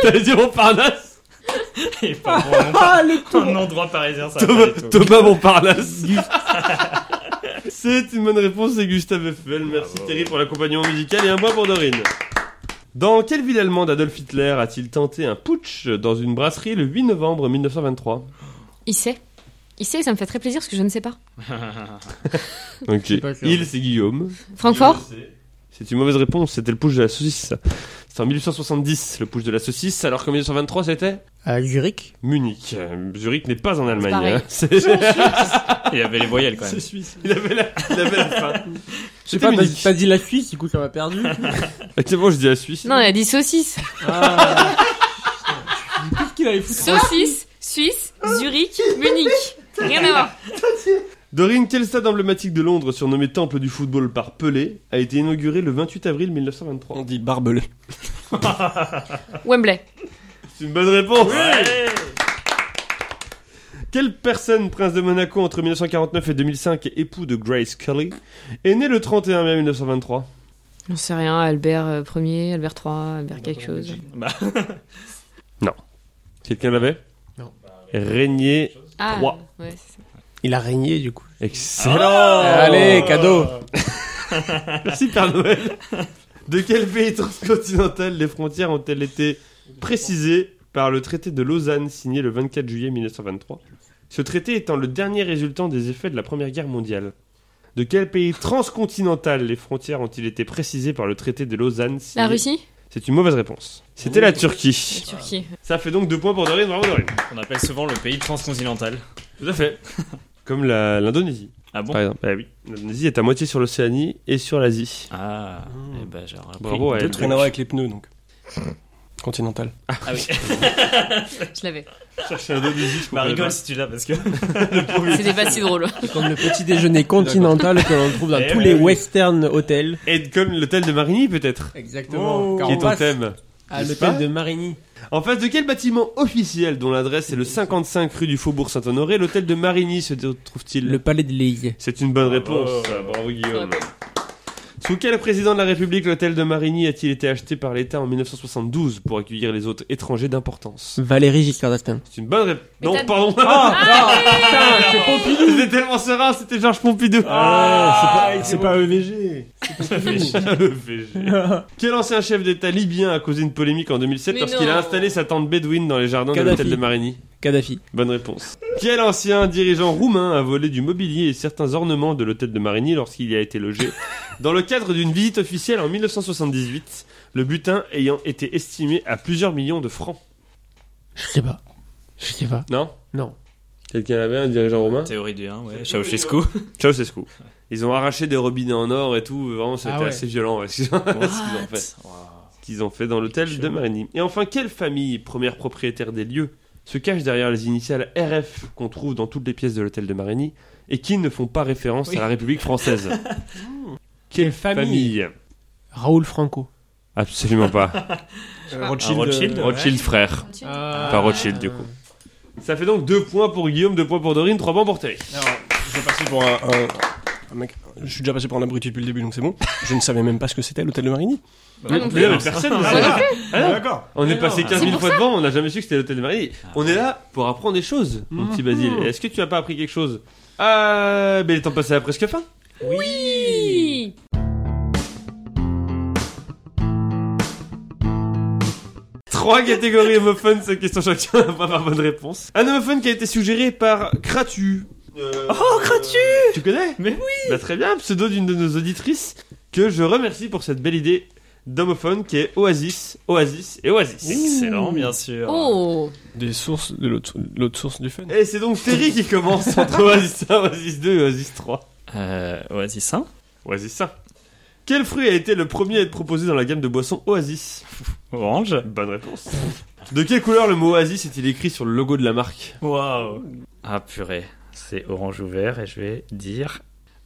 Speaker 1: T'allais dire Montparnasse
Speaker 3: Et pas bon,
Speaker 2: Ah, le
Speaker 3: un endroit parisien, ça va
Speaker 1: Thomas,
Speaker 3: pas du tout.
Speaker 1: Thomas Montparnasse C'est une bonne réponse, c'est Gustave Eiffel. Merci Thierry pour l'accompagnement musical et un point pour Dorine. Dans quelle ville allemande Adolf Hitler a-t-il tenté un putsch dans une brasserie le 8 novembre 1923
Speaker 4: Il sait. Il sait, ça me fait très plaisir parce que je ne sais pas.
Speaker 1: Ok.
Speaker 5: pas clair.
Speaker 1: Il, c'est Guillaume. Mmh.
Speaker 4: Francfort
Speaker 1: C'est une mauvaise réponse, c'était le push de la saucisse. C'était en 1870, le push de la saucisse, alors qu'en 1923, c'était
Speaker 5: À Zurich
Speaker 1: Munich. Euh, Zurich n'est pas en Allemagne.
Speaker 4: pareil.
Speaker 1: hein. C'est-
Speaker 3: Il y avait les voyelles quand même.
Speaker 1: Il avait la, il avait la fin.
Speaker 5: J'ai
Speaker 1: C'était
Speaker 5: pas, t'as
Speaker 1: Munich.
Speaker 5: t'as dit la Suisse, du coup ça m'a perdu.
Speaker 1: Actuellement, je dis la Suisse.
Speaker 4: Non, il a dit saucisse.
Speaker 5: Ah. Qu'est-ce qu'il avait foutu
Speaker 4: Saucisse, Oh. Suisse, Zurich, Munich. Rien à voir.
Speaker 1: Dorine, quel stade emblématique de Londres, surnommé Temple du football par Pelé, a été inauguré le 28 avril
Speaker 7: On
Speaker 1: 1923
Speaker 7: dit barbelé.
Speaker 4: Wembley.
Speaker 1: C'est une bonne réponse
Speaker 3: Ouais.
Speaker 1: Quelle personne, prince de Monaco entre 1949 et 2005 et époux de Grace Kelly, est né le 31 mai 1923
Speaker 4: J'en sais rien, Albert 1er, Albert 3, Albert quelque chose.
Speaker 1: Quelqu'un l'avait
Speaker 5: Non.
Speaker 1: Régnier
Speaker 4: Ah,
Speaker 1: Trois.
Speaker 4: ouais, c'est ça.
Speaker 5: Il a régné du coup.
Speaker 1: Ah, Excellent.
Speaker 5: Eh, Allez, cadeau
Speaker 1: Merci Père Noël. De quel pays transcontinental les frontières ont-elles été précisées par le traité de Lausanne signé le 24 juillet 1923 Ce traité étant le dernier résultant des effets de la Première Guerre mondiale. De quel pays transcontinental les frontières ont-ils été précisées par le traité de Lausanne signé
Speaker 4: La Russie
Speaker 1: C'est une mauvaise réponse. C'était la Turquie.
Speaker 4: Turquie.
Speaker 1: Ça fait donc deux points pour Dorine, bravo Dorine.
Speaker 3: On appelle souvent le pays transcontinental.
Speaker 1: Tout à fait. Comme la- l'Indonésie,
Speaker 3: Ah bon
Speaker 1: par exemple. Bah oui. L'Indonésie est à moitié sur l'Océanie et sur l'Asie.
Speaker 3: Ah, eh ben, j'ai appris
Speaker 1: Bravo à
Speaker 3: deux
Speaker 1: elle.
Speaker 3: trucs.
Speaker 7: Rien à voir avec les pneus donc. Continental.
Speaker 3: Ah oui.
Speaker 4: Je l'avais.
Speaker 1: Chercher Indonésie, je
Speaker 3: Bah
Speaker 1: comprends
Speaker 3: rigole
Speaker 1: pas.
Speaker 3: si tu l'as parce que.
Speaker 4: C'était pas si drôle.
Speaker 5: C'est comme le petit déjeuner continental que l'on trouve dans
Speaker 3: Eh
Speaker 5: tous
Speaker 3: ouais,
Speaker 5: les
Speaker 3: oui.
Speaker 5: western hôtels.
Speaker 1: Et comme l'hôtel de Marigny peut-être
Speaker 5: Exactement.
Speaker 1: Qui est ton thème
Speaker 5: à
Speaker 1: n'est-ce
Speaker 5: l'hôtel
Speaker 1: pas
Speaker 5: de Marigny.
Speaker 1: En face de quel bâtiment officiel dont l'adresse est le 55 rue du Faubourg Saint-Honoré, l'hôtel de Marigny se trouve-t-il
Speaker 5: Le palais de l'Élysée.
Speaker 1: C'est une bonne réponse.
Speaker 3: Bravo.
Speaker 1: Ah, Bravo Guillaume. Sous quel président de la République l'hôtel de Marigny a-t-il été acheté par l'État en 1972 pour accueillir les autres étrangers d'importance
Speaker 5: Valérie Giscard d'Estaing.
Speaker 1: C'est une bonne réponse.
Speaker 4: Mais
Speaker 1: Non,
Speaker 4: t'as-
Speaker 1: pardon.
Speaker 5: c'est Pompidou
Speaker 1: J'étais tellement serein, c'était Georges Pompidou.
Speaker 2: Ah, c'est pas, EVG.
Speaker 1: Le VG. Quel ancien chef d'État libyen a causé une polémique en 2007
Speaker 4: Mais
Speaker 1: lorsqu'il a
Speaker 4: non.
Speaker 1: installé sa tente bédouine dans les jardins de
Speaker 5: Kadhafi.
Speaker 1: l'hôtel de Marigny
Speaker 5: Kadhafi.
Speaker 1: Bonne réponse. Quel ancien dirigeant roumain a volé du mobilier et certains ornements de l'hôtel de Marigny lorsqu'il y a été logé dans le cadre d'une visite officielle en 1978, le butin ayant été estimé à plusieurs millions de francs
Speaker 5: Je sais pas. Je sais pas.
Speaker 1: Non
Speaker 5: Non.
Speaker 1: Quelqu'un avait un dirigeant roumain
Speaker 3: Théorie du 1, ouais. Ceausescu.
Speaker 1: Ceausescu. Ils ont arraché des robinets en or et tout, vraiment c'était
Speaker 5: Ah ouais.
Speaker 1: assez violent ouais, ce qu'ils ont ce qu'ils ont fait. qu'ils ont fait dans l'hôtel de Marigny. Et enfin, quelle famille, première propriétaire des lieux, se cache derrière les initiales RF qu'on trouve dans toutes les pièces de l'hôtel de Marigny et qui ne font pas référence à la République française
Speaker 5: Quelle famille, Raoul Franco.
Speaker 1: Absolument pas.
Speaker 2: Euh,
Speaker 7: Ah,
Speaker 3: Rothschild. Rothschild.
Speaker 1: Rothschild frère.
Speaker 4: Ah.
Speaker 1: Pas Rothschild du coup. Ça fait donc deux points pour Guillaume, deux points pour Dorine, trois points pour Terry.
Speaker 7: Je suis passé pour un, un- un mec. Je suis déjà passé pour un abruti depuis le début donc c'est bon. Je ne savais même pas ce que c'était l'hôtel de Marigny. Ah,
Speaker 4: Moi non
Speaker 1: Mais non, mais
Speaker 4: plus.
Speaker 1: personne ne
Speaker 4: Moi
Speaker 1: sait.
Speaker 4: non plus.
Speaker 2: Ah, D'accord.
Speaker 1: On est passé
Speaker 3: non.
Speaker 1: 15
Speaker 4: C'est
Speaker 1: 000
Speaker 4: pour
Speaker 1: fois devant, on n'a jamais su que c'était l'hôtel de Marigny. on est là pour apprendre des choses, mon petit Basile. Et Est-ce que tu as pas appris quelque chose Ah, ben il est temps de passer à la presque fin.
Speaker 4: Oui.
Speaker 1: Trois catégories homophones, cette question chacun va avoir bonne réponse. Un homophone qui a été suggéré par Kratu. Oh, Kratu Tu connais
Speaker 3: Mais oui
Speaker 1: Bah, Très bien, pseudo d'une de nos auditrices que je remercie pour cette belle idée d'homophone qui est Oasis, Oasis et Oasis.
Speaker 3: Excellent, bien sûr.
Speaker 4: Oh.
Speaker 7: Des sources de l'autre l'autre source du fun.
Speaker 1: Et c'est donc Terry qui commence entre Oasis 1, Oasis 2 et Oasis 3.
Speaker 3: Euh, Oasis 1
Speaker 1: Oasis 1. Quel fruit a été le premier à être proposé dans la gamme de boissons Oasis
Speaker 3: Orange
Speaker 1: Bonne réponse. De quelle couleur le mot Oasis est-il écrit sur le logo de la marque
Speaker 3: Waouh Ah purée, c'est orange ou vert et je vais dire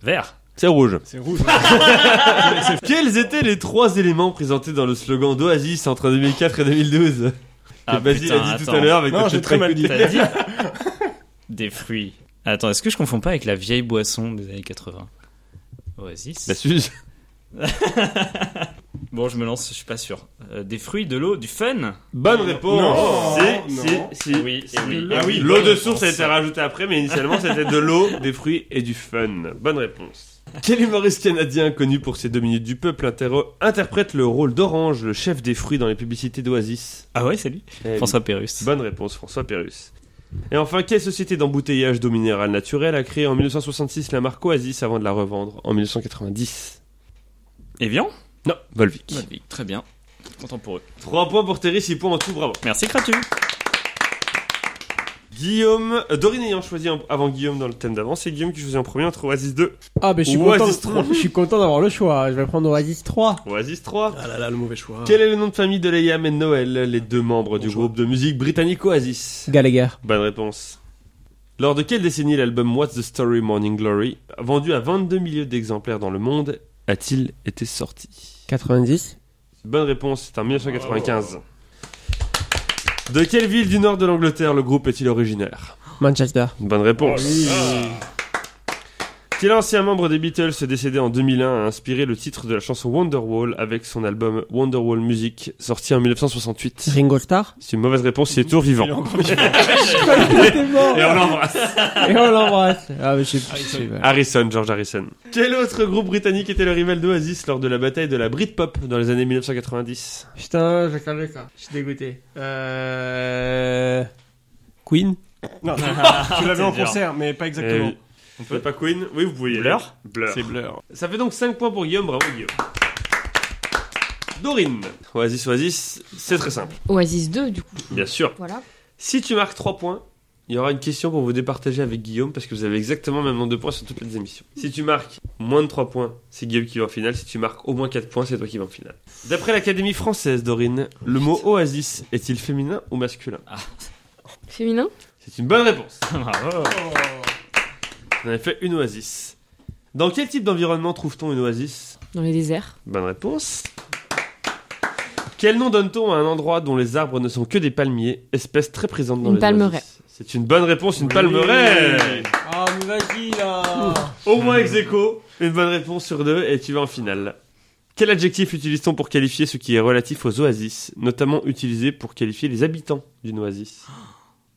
Speaker 3: vert.
Speaker 1: C'est rouge.
Speaker 2: C'est rouge. hein.
Speaker 1: Quels étaient les trois éléments présentés dans le slogan d'Oasis entre 2004 et 2012 Que
Speaker 3: Ah,
Speaker 1: Basile
Speaker 3: putain,
Speaker 1: a dit tout
Speaker 3: attends.
Speaker 1: à l'heure avec
Speaker 2: Non,
Speaker 1: notre
Speaker 2: j'ai très mal dit.
Speaker 3: T'as dit des fruits. Attends, est-ce que je confonds pas avec la vieille boisson des années 80 Oasis.
Speaker 1: La Suze.
Speaker 3: Bon, je me lance, je suis pas sûr. Euh, des fruits, de l'eau, du fun
Speaker 1: Bonne réponse.
Speaker 2: Non.
Speaker 1: si,
Speaker 2: Non.
Speaker 1: si, si.
Speaker 3: Oui,
Speaker 1: Ah oui,
Speaker 3: Ah oui,
Speaker 1: l'eau
Speaker 3: bonne
Speaker 1: de source a
Speaker 3: réponse.
Speaker 1: été rajoutée après, mais initialement c'était de l'eau, des fruits et du fun. Bonne réponse. Quel humoriste canadien connu pour ses deux minutes du peuple interro- interprète le rôle d'Orange, le chef des fruits dans les publicités d'Oasis
Speaker 6: Ah ouais, c'est lui
Speaker 1: Eh
Speaker 6: François Pérus.
Speaker 1: oui. Bonne réponse, François Pérus. Et enfin, quelle société d'embouteillage d'eau minérale naturelle a créé en 1966 la marque Oasis avant de la revendre en 1990
Speaker 3: Evian
Speaker 1: Non, Volvic.
Speaker 6: Volvic,
Speaker 3: Très bien. Content pour eux.
Speaker 1: 3 points pour Terry, 6 points en tout, bravo.
Speaker 6: Merci Kratu.
Speaker 1: Guillaume, euh, Dorine ayant choisi en- avant Guillaume dans le thème d'avant, c'est Guillaume qui choisit en premier entre Oasis 2
Speaker 5: Ah, ben je suis
Speaker 1: Oasis
Speaker 5: content.
Speaker 1: 3.
Speaker 5: Je suis content d'avoir le choix. Je vais prendre Oasis 3.
Speaker 1: Oasis 3.
Speaker 2: Ah là là, le mauvais choix.
Speaker 1: Quel est le nom de famille de Liam et Noël, les deux membres du
Speaker 2: Bonjour.
Speaker 1: groupe de musique britannique Oasis
Speaker 5: Gallagher.
Speaker 1: Bonne réponse. Lors de quelle décennie l'album What's the Story Morning Glory, vendu à 22 millions d'exemplaires dans le monde, a-t-il été sorti
Speaker 5: 90.
Speaker 1: Bonne réponse, c'est en 1995. De quelle ville du nord de l'Angleterre le groupe est-il originaire
Speaker 5: Manchester.
Speaker 1: Bonne
Speaker 7: Ah.
Speaker 1: réponse. Quel ancien membre des Beatles décédé en 2001 a inspiré le titre de la chanson Wonderwall avec son album Wonderwall Music sorti en 1968
Speaker 5: Ringo Starr.
Speaker 1: C'est une mauvaise réponse, il est toujours vivant.
Speaker 5: C'était mort.
Speaker 1: Et on l'embrasse.
Speaker 5: Et on l'embrasse. Ah, mais je sais plus. je sais pas.
Speaker 1: Harrison, George Harrison. Quel autre groupe britannique était le rival d'Oasis lors de la bataille de la Britpop dans les années 1990
Speaker 5: Putain, j'ai calmé ça. Je suis dégoûté. Euh... Queen.
Speaker 2: Non, tu l'avais en
Speaker 3: dur.
Speaker 2: concert, mais pas exactement.
Speaker 1: Eh oui. On peut pas Queen Oui, vous pouvez. Blur Blur.
Speaker 2: Euh, C'est Blur.
Speaker 1: Ça fait donc 5 points pour Guillaume, bravo Guillaume. Dorine. Oasis, Oasis, c'est très simple,
Speaker 4: Oasis 2, du coup.
Speaker 1: bien sûr.
Speaker 4: Voilà.
Speaker 1: Si tu marques 3 points, il y aura une question pour vous départager avec Guillaume parce que vous avez exactement le même nombre de points sur toutes les émissions. Si tu marques moins de 3 points, c'est Guillaume qui va en finale. Si tu marques au moins 4 points, c'est toi qui vas en finale. D'après l'Académie française, Dorine, le mot oasis est-il féminin ou masculin
Speaker 4: Féminin
Speaker 1: C'est une bonne réponse.
Speaker 6: Bravo.
Speaker 1: On avait fait une oasis. Dans quel type d'environnement trouve-t-on une oasis
Speaker 4: Dans les déserts.
Speaker 1: Bonne réponse. Quel nom donne-t-on à un endroit dont les arbres ne sont que des palmiers, espèce très présente dans
Speaker 4: Une
Speaker 1: les
Speaker 4: palmeraie.
Speaker 1: oasis C'est une bonne réponse, une palmeraie
Speaker 5: Ah, mais vas-y, là.
Speaker 1: Au moins ex aequo, une bonne réponse sur deux et tu vas en finale. Quel adjectif utilise-t-on pour qualifier ce qui est relatif aux oasis, notamment utilisé pour qualifier les habitants d'une oasis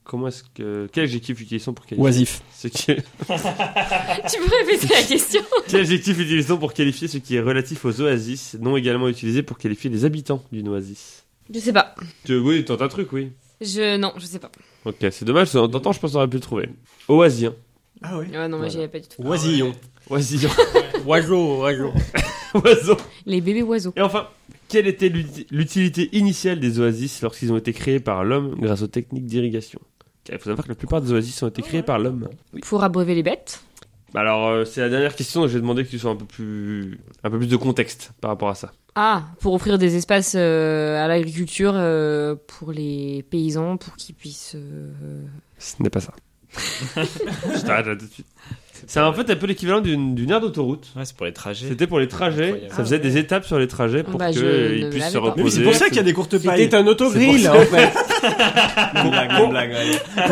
Speaker 1: Comment est-ce que quel adjectif utilise-t-on pour qualifier
Speaker 7: Oisif.
Speaker 1: ce qui est-
Speaker 4: tu peux répéter la question
Speaker 1: Quel adjectif utilise-t-on pour qualifier ce qui est relatif aux oasis, non également utilisé pour qualifier les habitants d'une oasis
Speaker 4: Je sais pas.
Speaker 1: Tu- Oui, tente un truc, oui.
Speaker 4: Je. Non, je sais pas.
Speaker 1: Ok, c'est dommage. En t'entendant, je pense qu'on aurait pu le trouver. hein. Oasien.
Speaker 2: Ah oui.
Speaker 4: Ouais, non, moi
Speaker 1: Voilà.
Speaker 4: j'y avais pas du tout.
Speaker 2: Oisillon.
Speaker 1: Oasien.
Speaker 5: Oiseau, oiseau.
Speaker 1: hein. Oiseau.
Speaker 4: Les bébés oiseaux.
Speaker 1: Et enfin, quelle était l'uti- l'utilité initiale des oasis lorsqu'ils ont été créés par l'homme grâce aux techniques d'irrigation Car Il faut savoir que la plupart des oasis ont été créés par l'homme.
Speaker 4: Pour abreuver les bêtes.
Speaker 1: Alors, euh, c'est la dernière question, donc je vais demander que tu sois un peu plus, un peu plus de contexte par rapport à ça.
Speaker 4: Ah, pour offrir des espaces euh, à l'agriculture euh, pour les paysans, pour qu'ils puissent. euh,
Speaker 1: Ce n'est pas ça. je t'arrête là tout de suite. C'est en fait un peu l'équivalent d'une d'une aire d'autoroute.
Speaker 3: Ouais, c'est pour les trajets.
Speaker 1: C'était pour les trajets,
Speaker 3: Incroyable.
Speaker 1: ça faisait des étapes sur les trajets pour
Speaker 4: Ah Bah, je ne
Speaker 1: qu'ils puissent se
Speaker 4: l'avais pas.
Speaker 1: reposer.
Speaker 2: Mais oui, c'est pour ça qu'il y a des courtes pailles.
Speaker 5: C'était un autogrill, en fait.
Speaker 2: Une blague, une blague, ouais.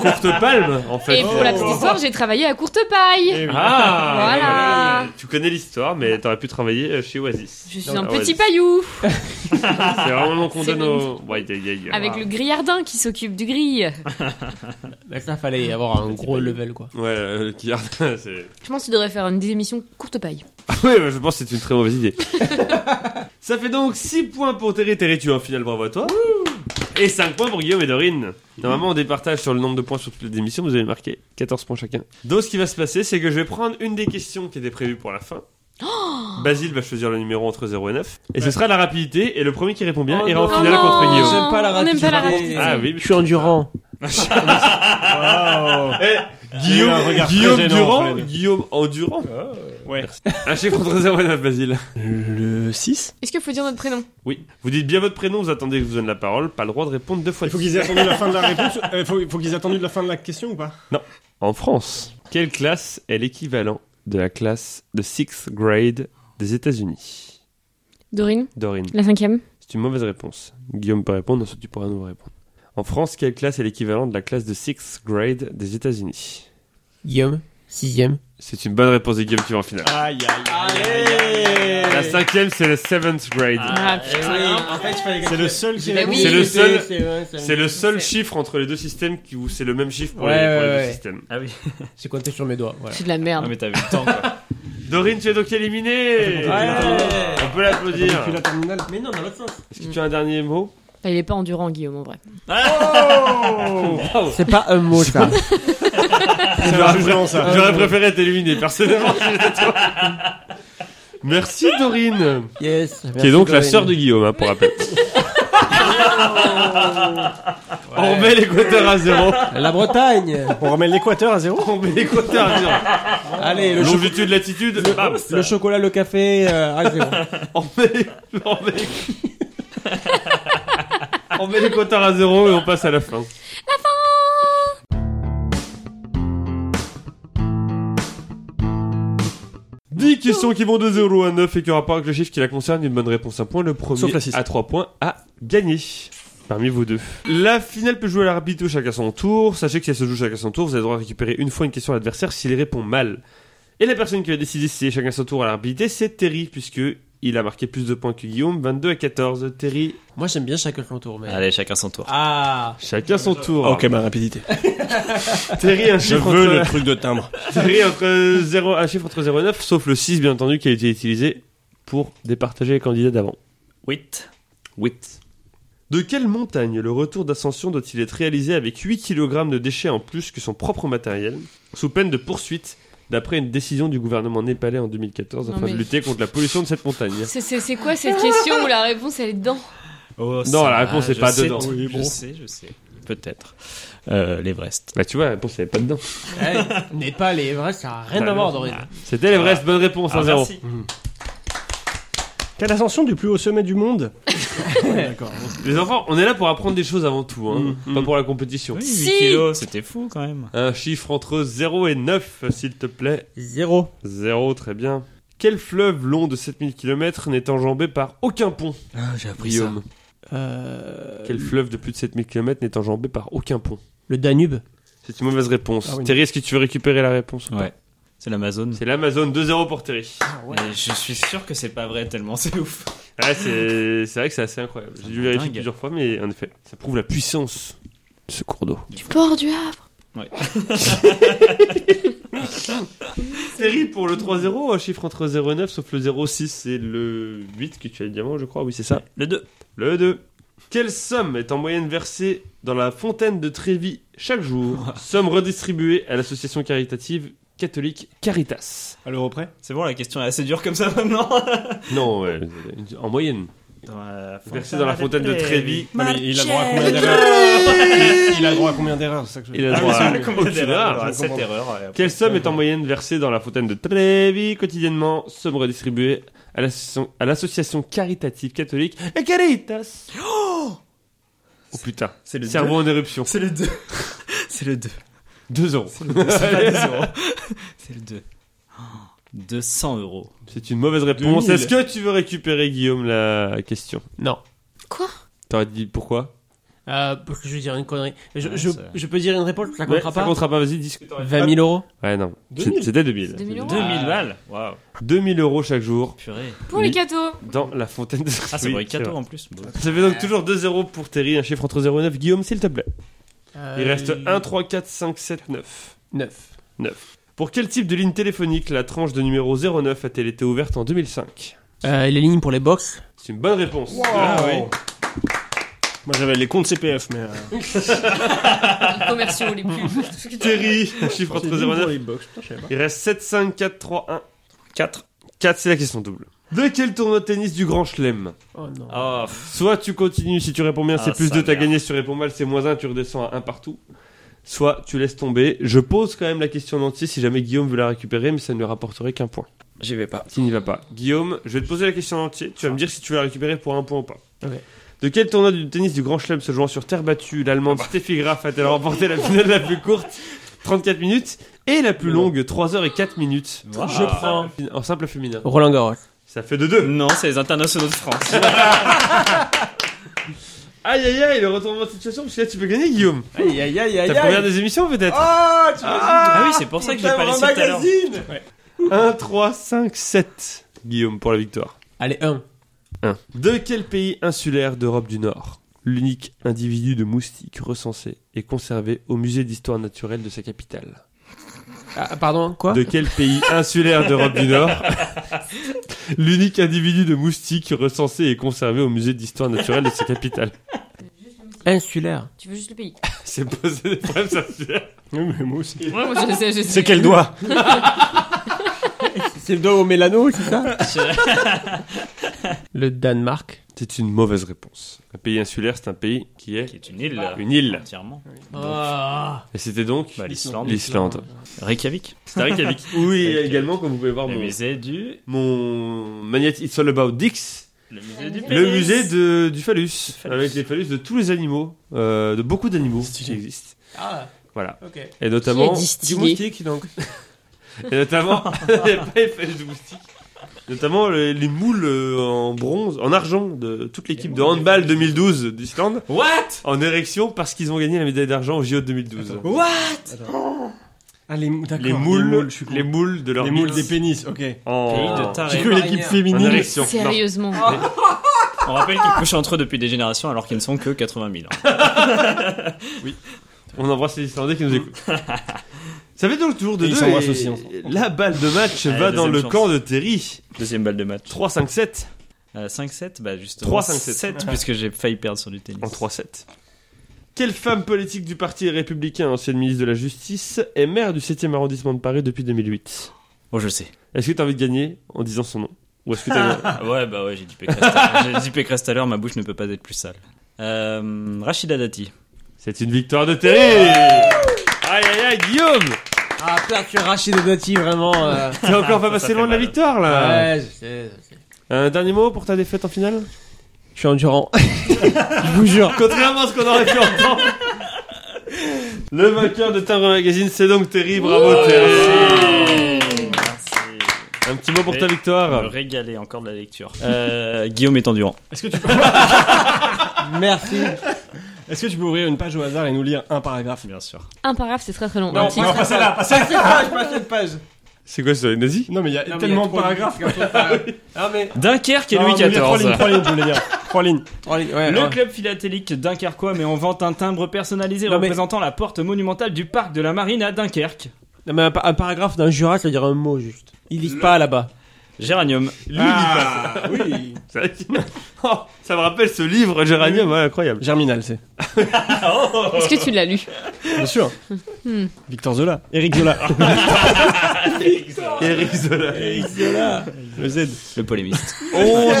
Speaker 1: courte palme en fait.
Speaker 4: Et pour la petite histoire, j'ai travaillé à courte paille.
Speaker 1: Ah
Speaker 4: Voilà.
Speaker 1: ouais. Euh, Tu connais l'histoire, mais t'aurais pu travailler euh, chez Oasis.
Speaker 4: Je suis un
Speaker 1: Ah,
Speaker 4: petit
Speaker 1: Oasis.
Speaker 4: paillou
Speaker 1: C'est vraiment le nom qu'on
Speaker 4: C'est
Speaker 1: donne au. Ouais, hein. y a- y a- y a-
Speaker 4: avec le grillardin qui s'occupe du grille.
Speaker 5: Mais Bah, ça, fallait avoir un gros level, quoi.
Speaker 1: Ouais, euh, le Killard, c'est.
Speaker 4: Je pense que tu devrais faire une émission courte paille.
Speaker 1: Ouais, bah, je pense que c'est une très mauvaise idée. Ça fait donc 6 points pour Terry. Terry, tu es en finale, bravo à toi. Et 5 points pour Guillaume et Dorine. Normalement, on départage sur le nombre de points sur toutes les émissions. Vous avez marqué 14 points chacun. Donc, ce qui va se passer, c'est que je vais prendre une des questions qui était prévue pour la fin. Basile va choisir le numéro entre 0 et 9. Et ce sera la rapidité. Et le premier qui répond bien
Speaker 5: Oh
Speaker 1: ira en
Speaker 5: non.
Speaker 1: finale
Speaker 4: Oh non.
Speaker 1: contre Guillaume.
Speaker 5: J'aime pas la
Speaker 4: On n'aime pas la
Speaker 5: rapidité.
Speaker 1: Ah oui,
Speaker 5: Je suis endurant.
Speaker 2: Oh.
Speaker 1: Eh, Guillaume,
Speaker 2: Il y a eu un regard
Speaker 1: Guillaume
Speaker 2: très gênant entre
Speaker 1: Durand,
Speaker 2: les deux.
Speaker 1: Guillaume Endurant.
Speaker 2: ouais.
Speaker 1: Merci. Un chiffre entre 0 et 9, Basile.
Speaker 2: Le 6
Speaker 4: Est-ce qu'il faut dire notre prénom
Speaker 1: Oui. Vous dites bien votre prénom, vous attendez que je vous donne la parole. Pas le droit de répondre deux fois.
Speaker 2: Il faut
Speaker 1: de
Speaker 2: qu'ils
Speaker 1: suite.
Speaker 2: aient attendu la fin de la réponse. Il faut, faut qu'ils aient attendu la fin de la question ou pas
Speaker 1: En France, quelle classe est l'équivalent de la classe de 6th grade des États-Unis
Speaker 4: Dorine
Speaker 1: Dorine,
Speaker 4: La cinquième
Speaker 1: c'est une mauvaise réponse. Guillaume peut répondre, ensuite tu pourras nous répondre. En France, quelle classe est l'équivalent de la classe de 6th grade des États-Unis
Speaker 5: Guillaume. Sixième.
Speaker 1: C'est une bonne réponse de Guillaume qui va en finale.
Speaker 2: Aïe, aïe,
Speaker 1: La cinquième, c'est le seventh grade.
Speaker 4: Ah, putain.
Speaker 5: Eh en fait,
Speaker 2: C'est le seul qui
Speaker 4: oui.
Speaker 1: C'est le seul- C'est
Speaker 5: Eh C'est
Speaker 1: le seul
Speaker 4: C'est-
Speaker 1: chiffre entre les deux systèmes qui où c'est le même chiffre pour,
Speaker 5: Ouais,
Speaker 1: les, pour les
Speaker 5: ouais,
Speaker 1: deux
Speaker 5: ouais.
Speaker 1: systèmes.
Speaker 3: Ah oui.
Speaker 5: C'est compté sur mes doigts. Voilà.
Speaker 4: C'est de la merde.
Speaker 3: Ah, mais t'as vu le temps, quoi.
Speaker 1: Dorine, tu es donc éliminée
Speaker 5: Ouais.
Speaker 1: On peut l'applaudir.
Speaker 2: Depuis la terminale.
Speaker 5: Mais non, dans l'autre sens.
Speaker 1: Est-ce que tu as un dernier mot
Speaker 4: Ah, Il est pas endurant, Guillaume, en vrai.
Speaker 5: C'est pas un mot ça.
Speaker 1: J'aurais
Speaker 2: jugement, ça.
Speaker 1: j'aurais préféré être éliminé, personnellement. si j'étais toi. Merci Dorine,
Speaker 5: yes.
Speaker 1: qui est donc la sœur de Guillaume, hein, pour rappel. On remet l'équateur à zéro.
Speaker 5: La Bretagne.
Speaker 2: On remet l'équateur à zéro
Speaker 1: On remet l'équateur à zéro.
Speaker 5: Allez, le, cho-
Speaker 1: Longitude, latitude, bam.
Speaker 5: le chocolat, le café. Euh, à zéro.
Speaker 1: On met, on met, on met l'équateur à zéro et on passe à la fin. Dix questions qui vont de 0 à 9 et qui aura pas avec le chiffre qui la concerne, une bonne réponse un point, le premier
Speaker 2: Sauf la six.
Speaker 1: à 3 points à gagner. Parmi vous deux. La finale peut jouer à l'arbitre chacun son tour. Sachez que si elle se joue chacun son tour, vous avez le droit de récupérer une fois une question à l'adversaire s'il répond mal. Et la personne qui va décider si c'est chacun son tour à l'arbitre, c'est Terry, puisque il a marqué plus de points que Guillaume, 22 à 14. Terry,
Speaker 5: Moi, j'aime bien chacun son tour. Mais...
Speaker 3: Allez, chacun son tour.
Speaker 5: Ah.
Speaker 1: chacun son tour.
Speaker 7: Ok,
Speaker 2: bah,
Speaker 7: ma rapidité.
Speaker 1: Euh, Terry, un
Speaker 7: Je
Speaker 1: chiffre
Speaker 7: veux le
Speaker 1: entre,
Speaker 7: truc de timbre.
Speaker 1: Terry, entre 0, un chiffre entre 0 et 9, sauf le 6, bien entendu, qui a été utilisé pour départager les candidats d'avant.
Speaker 3: 8.
Speaker 1: 8. De quelle montagne le retour d'ascension doit-il être réalisé avec 8 kg de déchets en plus que son propre matériel, sous peine de poursuite, d'après une décision du gouvernement népalais en 2014
Speaker 4: Non,
Speaker 1: afin de
Speaker 4: mais-
Speaker 1: lutter contre la pollution de cette montagne
Speaker 4: C'est- C'est c'est quoi cette question où la réponse elle est dedans
Speaker 1: Oh, Non, la réponse est pas dedans.
Speaker 3: Oui, Oh, Je sais, je sais. Peut-être. Euh, L'Everest.
Speaker 1: Bah tu vois, la réponse elle est pas dedans.
Speaker 5: Eh, N'est pas les vrais, ça a rien
Speaker 1: Bah
Speaker 5: à voir,
Speaker 1: non.
Speaker 5: Dorine.
Speaker 1: C'était l'Everest, bonne réponse,
Speaker 3: Ah,
Speaker 1: 1-0.
Speaker 3: merci.
Speaker 2: Quelle ascension du plus haut sommet du monde
Speaker 1: Les enfants, on est là pour apprendre des choses avant tout, hein, pas pour la compétition.
Speaker 3: Oui,
Speaker 4: Si.
Speaker 3: 8 kilos, c'était fou quand même.
Speaker 1: Un chiffre entre 0 et 9, s'il te plaît.
Speaker 5: Zéro.
Speaker 1: 0, très bien. Quel fleuve long de 7000 km n'est enjambé par aucun pont
Speaker 6: J'ai appris
Speaker 1: Guillaume. Quel fleuve de plus de 7000 km n'est enjambé par aucun pont
Speaker 5: Euh, Le Danube.
Speaker 1: C'est une mauvaise réponse.
Speaker 2: Ah oui.
Speaker 1: Terry, est-ce que tu veux récupérer la réponse
Speaker 3: Ouais. C'est l'Amazon.
Speaker 1: C'est l'Amazon 2-0 pour Terry.
Speaker 5: Ah
Speaker 3: Et Je suis sûr que c'est pas vrai tellement c'est ouf.
Speaker 1: Ouais, c'est c'est vrai que c'est assez incroyable. J'ai dû vérifier
Speaker 3: Dingue.
Speaker 1: plusieurs fois, mais en effet, ça prouve la puissance de ce cours d'eau.
Speaker 4: Du port du Havre
Speaker 1: Terry, pour le 3-0, un chiffre entre 0 et 9, sauf le 0, 6 et le 8 que tu as le diamant, je crois. Oui, c'est ça.
Speaker 3: Le 2.
Speaker 1: Le 2. Quelle somme est en moyenne versée dans la fontaine de Trévis chaque jour Somme redistribuée à l'association caritative catholique Caritas.
Speaker 2: À l'euro près
Speaker 3: C'est bon, la question est assez dure comme ça maintenant.
Speaker 1: Non, ouais, en moyenne.
Speaker 3: Dans la
Speaker 1: Versée dans la fontaine de Trévis.
Speaker 2: Non, mais il a droit à
Speaker 5: Euh,
Speaker 2: combien d'erreurs Il a droit à combien d'erreurs, c'est ça que je veux
Speaker 1: Il a
Speaker 2: dire.
Speaker 1: droit à-
Speaker 2: Ah, mais c'est-
Speaker 1: Aucune erreur,
Speaker 3: erreur.
Speaker 2: je
Speaker 3: 7
Speaker 2: comprends.
Speaker 3: erreurs. et après-
Speaker 1: Quelle somme est en moyenne versée dans la fontaine de Trévis quotidiennement Somme redistribuée à l'association- à l'association caritative catholique Caritas. Oh, putain,
Speaker 3: C'est le 2.
Speaker 1: cerveau en éruption.
Speaker 3: C'est le 2. C'est le 2.
Speaker 1: 2 euros.
Speaker 3: C'est pas 10 euros. C'est le 2. 200 euros.
Speaker 1: C'est une mauvaise réponse.
Speaker 2: 2000.
Speaker 1: Est-ce que tu veux récupérer, Guillaume, la question
Speaker 5: Non.
Speaker 4: Quoi
Speaker 1: T'aurais dit pourquoi
Speaker 5: Euh, parce que je veux dire une connerie. Je,
Speaker 3: Ouais,
Speaker 5: je,
Speaker 3: ça-
Speaker 5: je peux dire une réponse, ça comptera
Speaker 1: Ouais,
Speaker 5: pas.
Speaker 1: Ça comptera pas, vas-y, dis.
Speaker 5: 20 000 euros.
Speaker 1: Ouais, non.
Speaker 2: 2000.
Speaker 1: C'est- C'était 2000.
Speaker 4: 2000 euros
Speaker 3: 2000 balles Waouh.
Speaker 1: 2000 euros chaque jour
Speaker 3: Purée.
Speaker 4: Pour les cadeaux
Speaker 1: dans la fontaine de
Speaker 3: Ah, c'est
Speaker 1: Oui,
Speaker 3: pour les cadeaux
Speaker 1: vrai.
Speaker 3: en plus. Bon.
Speaker 1: Ça fait donc toujours 2 euros pour Terry, un chiffre entre 0 et 9. Guillaume, s'il te plaît.
Speaker 3: Euh,
Speaker 1: Il reste
Speaker 5: Euh,
Speaker 1: 1, 3, 4, 5, 7, 9.
Speaker 5: 9.
Speaker 1: Pour quel type de ligne téléphonique la tranche de numéro 09 a-t-elle été ouverte en 2005
Speaker 5: Euh, les lignes pour les box.
Speaker 1: C'est une bonne réponse.
Speaker 2: Ah oui. Moi j'avais les comptes CPF, mais. euh,
Speaker 4: Les commerciaux, les pubs.
Speaker 1: Terry, un chiffre entre 0 et 9.
Speaker 2: les box, putain, je savais pas.
Speaker 1: Il reste 7, 5, 4, 3, 1.
Speaker 3: 4.
Speaker 1: 4, c'est la question double. De quel tournoi de tennis du Grand Chelem
Speaker 5: Oh non.
Speaker 3: Oh,
Speaker 1: Soit tu continues, si tu réponds bien, c'est
Speaker 3: Ah,
Speaker 1: plus
Speaker 3: sa
Speaker 1: 2, t'as
Speaker 3: mère.
Speaker 1: gagné, si tu réponds mal, c'est moins 1, tu redescends à 1 partout. Soit tu laisses tomber. Je pose quand même la question en entier si jamais Guillaume veut la récupérer, mais ça ne lui rapporterait qu'un point.
Speaker 6: J'y vais pas.
Speaker 1: Tu n'y vas pas. Guillaume, je vais te poser la question en entier, tu vas me dire si tu veux la récupérer pour un point ou pas.
Speaker 5: Ok.
Speaker 1: De quel tournoi du tennis du Grand Chelem se jouant sur terre battue, l'Allemande Steffi Graf a-t-elle remporté la finale la plus courte, 34 minutes, et la plus longue, 3 heures et 4 minutes
Speaker 3: Wow.
Speaker 1: Je prends. En simple féminin.
Speaker 5: Roland Garros.
Speaker 1: Ça fait de 2.
Speaker 3: Ah, Non, c'est les internationaux de France.
Speaker 1: Aïe aïe aïe, le retournement de situation, parce que là tu peux gagner, Guillaume.
Speaker 2: Aïe aïe aïe
Speaker 1: Ta
Speaker 2: aïe
Speaker 1: première
Speaker 2: aïe
Speaker 1: des émissions peut-être
Speaker 2: Ah, tu
Speaker 3: Ah oui, c'est pour ça que j'ai pas laissé tout à l'heure.
Speaker 1: 1, 3, 5, 7. Guillaume pour la victoire.
Speaker 5: Allez, un.
Speaker 1: 1. De quel pays insulaire d'Europe du Nord l'unique individu de moustique recensé est conservé au musée d'histoire naturelle de sa capitale
Speaker 5: Ah, pardon, quoi
Speaker 1: De quel pays insulaire d'Europe du Nord l'unique individu de moustique recensé est conservé au musée d'histoire naturelle de sa capitale
Speaker 5: Insulaire.
Speaker 4: Tu veux juste le pays.
Speaker 1: C'est posé des problèmes insulaires.
Speaker 7: mais moi aussi.
Speaker 4: Ouais, moi, je sais, je sais.
Speaker 7: C'est quel doigt
Speaker 5: C'est le doigt au Mélano, c'est ça Le Danemark.
Speaker 1: C'est une mauvaise réponse. Un pays insulaire, c'est un pays qui est
Speaker 3: Qui est une île. là.
Speaker 1: une île.
Speaker 3: Entièrement. Oh.
Speaker 5: Ah.
Speaker 1: Et c'était donc
Speaker 3: Bah, l'Islande.
Speaker 1: l'Islande.
Speaker 3: Reykjavik.
Speaker 1: C'est un Reykjavik. Oui, et
Speaker 3: Reykjavik.
Speaker 1: également, comme vous pouvez voir,
Speaker 3: Le
Speaker 1: mon,
Speaker 3: musée du.
Speaker 1: mon Magnette It's All About Dix,
Speaker 3: Le musée du
Speaker 1: le
Speaker 3: pénis.
Speaker 1: musée de- du phallus,
Speaker 3: phallus.
Speaker 1: avec les phallus de tous les animaux, euh, de beaucoup d'animaux qui existent.
Speaker 5: Ah,
Speaker 1: Voilà.
Speaker 5: ok.
Speaker 1: Et notamment.
Speaker 4: Qui est distillé.
Speaker 1: Du moustique, donc. Et notamment. Il y a pas les phallus de moustique. Notamment les, les moules euh, en bronze, en argent de toute l'équipe de handball 2012 d'Islande
Speaker 3: What
Speaker 1: en érection parce qu'ils ont gagné la médaille d'argent au JO de 2012.
Speaker 2: Ah, les, d'accord,
Speaker 1: Les moules,
Speaker 2: je suis con.
Speaker 1: les moules de leur
Speaker 2: Les moules
Speaker 1: bite
Speaker 2: des pénis, ok. Oh.
Speaker 1: en,
Speaker 3: Pays de taré.
Speaker 2: J'ai cru l'équipe
Speaker 1: en
Speaker 2: féminine.
Speaker 1: érection. Non.
Speaker 4: Sérieusement.
Speaker 3: On rappelle qu'ils couchent entre eux depuis des générations alors qu'ils ne sont que 80 000. hein.
Speaker 1: On embrasse les Islandais qui nous écoutent. Ça fait donc le tour de
Speaker 2: Et ils
Speaker 1: deux
Speaker 2: s'embrassent
Speaker 1: et
Speaker 2: aussi, ensemble.
Speaker 1: La balle de match
Speaker 3: Allez,
Speaker 1: va dans
Speaker 3: deuxième
Speaker 1: le
Speaker 3: chance.
Speaker 1: camp de Terry.
Speaker 3: Deuxième balle de match.
Speaker 1: 3-5-7
Speaker 3: Euh, 5-7 Bah justement.
Speaker 1: 3-5-7.
Speaker 3: 7 puisque j'ai failli perdre sur du tennis.
Speaker 1: en 3-7. Quelle femme politique du Parti républicain, ancienne ministre de la Justice, est maire du 7e arrondissement de Paris depuis 2008
Speaker 3: Oh, je sais.
Speaker 1: Est-ce que tu as envie de gagner en disant son nom Ou est-ce que t'as-
Speaker 3: Ah ouais, bah ouais, j'ai dit Pécresse. tout à l'heure. J'ai dit Pécresse tout à l'heure, ma bouche ne peut pas être plus sale. Euh, Rachida Dati.
Speaker 1: C'est une victoire de Terry Aïe aïe aïe, Guillaume
Speaker 5: Ah, putain, tu rachis de Dati, vraiment. euh.
Speaker 1: T'es encore pas passé
Speaker 3: fait
Speaker 1: loin de la
Speaker 3: mal.
Speaker 1: victoire là
Speaker 5: Ouais, je sais, je sais.
Speaker 1: Un dernier mot pour ta défaite en finale
Speaker 5: Je suis endurant. je vous jure.
Speaker 1: Contrairement à ce qu'on aurait pu entendre. Le vainqueur de Timbre Magazine, c'est donc Terry. Bravo Terry.
Speaker 3: Merci.
Speaker 1: Un petit mot pour ta
Speaker 3: Me
Speaker 1: victoire.
Speaker 3: régaler encore de la lecture. Ah, Euh, Guillaume est endurant.
Speaker 2: Est-ce que, tu peux...
Speaker 5: Merci.
Speaker 2: Est-ce que tu peux ouvrir une page au hasard et nous lire un paragraphe
Speaker 3: Bien sûr.
Speaker 4: Un paragraphe, c'est très très long. Un
Speaker 2: Non,
Speaker 4: titre,
Speaker 2: non, pas celle-là, pas celle-là.
Speaker 5: page, pas cette page.
Speaker 1: C'est quoi ça, les nazis
Speaker 2: Non, mais il y a
Speaker 5: Non, mais
Speaker 2: tellement
Speaker 5: il y a
Speaker 2: de
Speaker 5: trop
Speaker 2: paragraphes.
Speaker 5: Ah, mais.
Speaker 3: Dunkerque et
Speaker 2: Non,
Speaker 3: Louis
Speaker 2: mais il y a Trois lignes,
Speaker 3: XIV.
Speaker 2: trois lignes, je voulais dire. Trois lignes.
Speaker 5: Oh, les- ouais,
Speaker 3: Le
Speaker 5: ouais.
Speaker 3: club philatélique dunkerquois met en vente un timbre personnalisé
Speaker 5: Non, mais-
Speaker 3: représentant la porte monumentale du parc de la Marine à Dunkerque.
Speaker 5: Non, mais un, pa- un paragraphe d'un Jura, ça veut dire un mot juste. Ils lisent pas là-bas.
Speaker 3: Géranium.
Speaker 1: Lui, il passe. Oui. Oh, ça me rappelle ce livre Géranium, ouais, incroyable.
Speaker 2: Germinal, c'est.
Speaker 4: Est-ce que tu l'as lu
Speaker 2: Bien sûr.
Speaker 4: Hmm.
Speaker 2: Victor Zola. Eric Zola.
Speaker 1: Eric Zola.
Speaker 2: Le Z.
Speaker 3: Le polémiste.
Speaker 1: On est,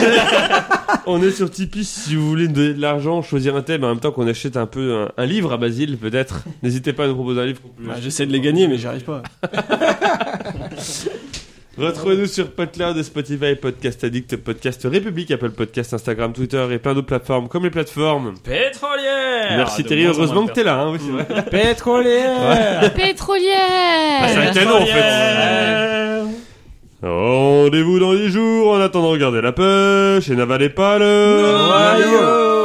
Speaker 1: on est sur Tipeee si vous voulez nous donner de l'argent, choisir un thème en même temps qu'on achète un peu un, un livre à Basile peut-être. N'hésitez pas à nous proposer un livre. qu'on peut-
Speaker 2: Bah, J'essaie de les gagner, mais j'y arrive pas.
Speaker 1: Retrouvez-nous sur PodCloud, Spotify, Podcast Addict, Podcast République, Apple Podcast, Instagram, Twitter et plein d'autres plateformes comme les plateformes.
Speaker 3: Pétrolière Ah,
Speaker 1: Merci
Speaker 3: Eh, De
Speaker 1: Terry,
Speaker 3: moins en moins
Speaker 1: heureusement
Speaker 3: de Mm.
Speaker 1: que t'es là. Hein, oui, c'est vrai.
Speaker 5: Pétrolière
Speaker 1: Ah, c'est un
Speaker 4: Pétrolière
Speaker 1: canon en fait. Rendez-vous dans 10 jours en attendant regardez la pêche et n'avalez pas le.
Speaker 5: Noyau.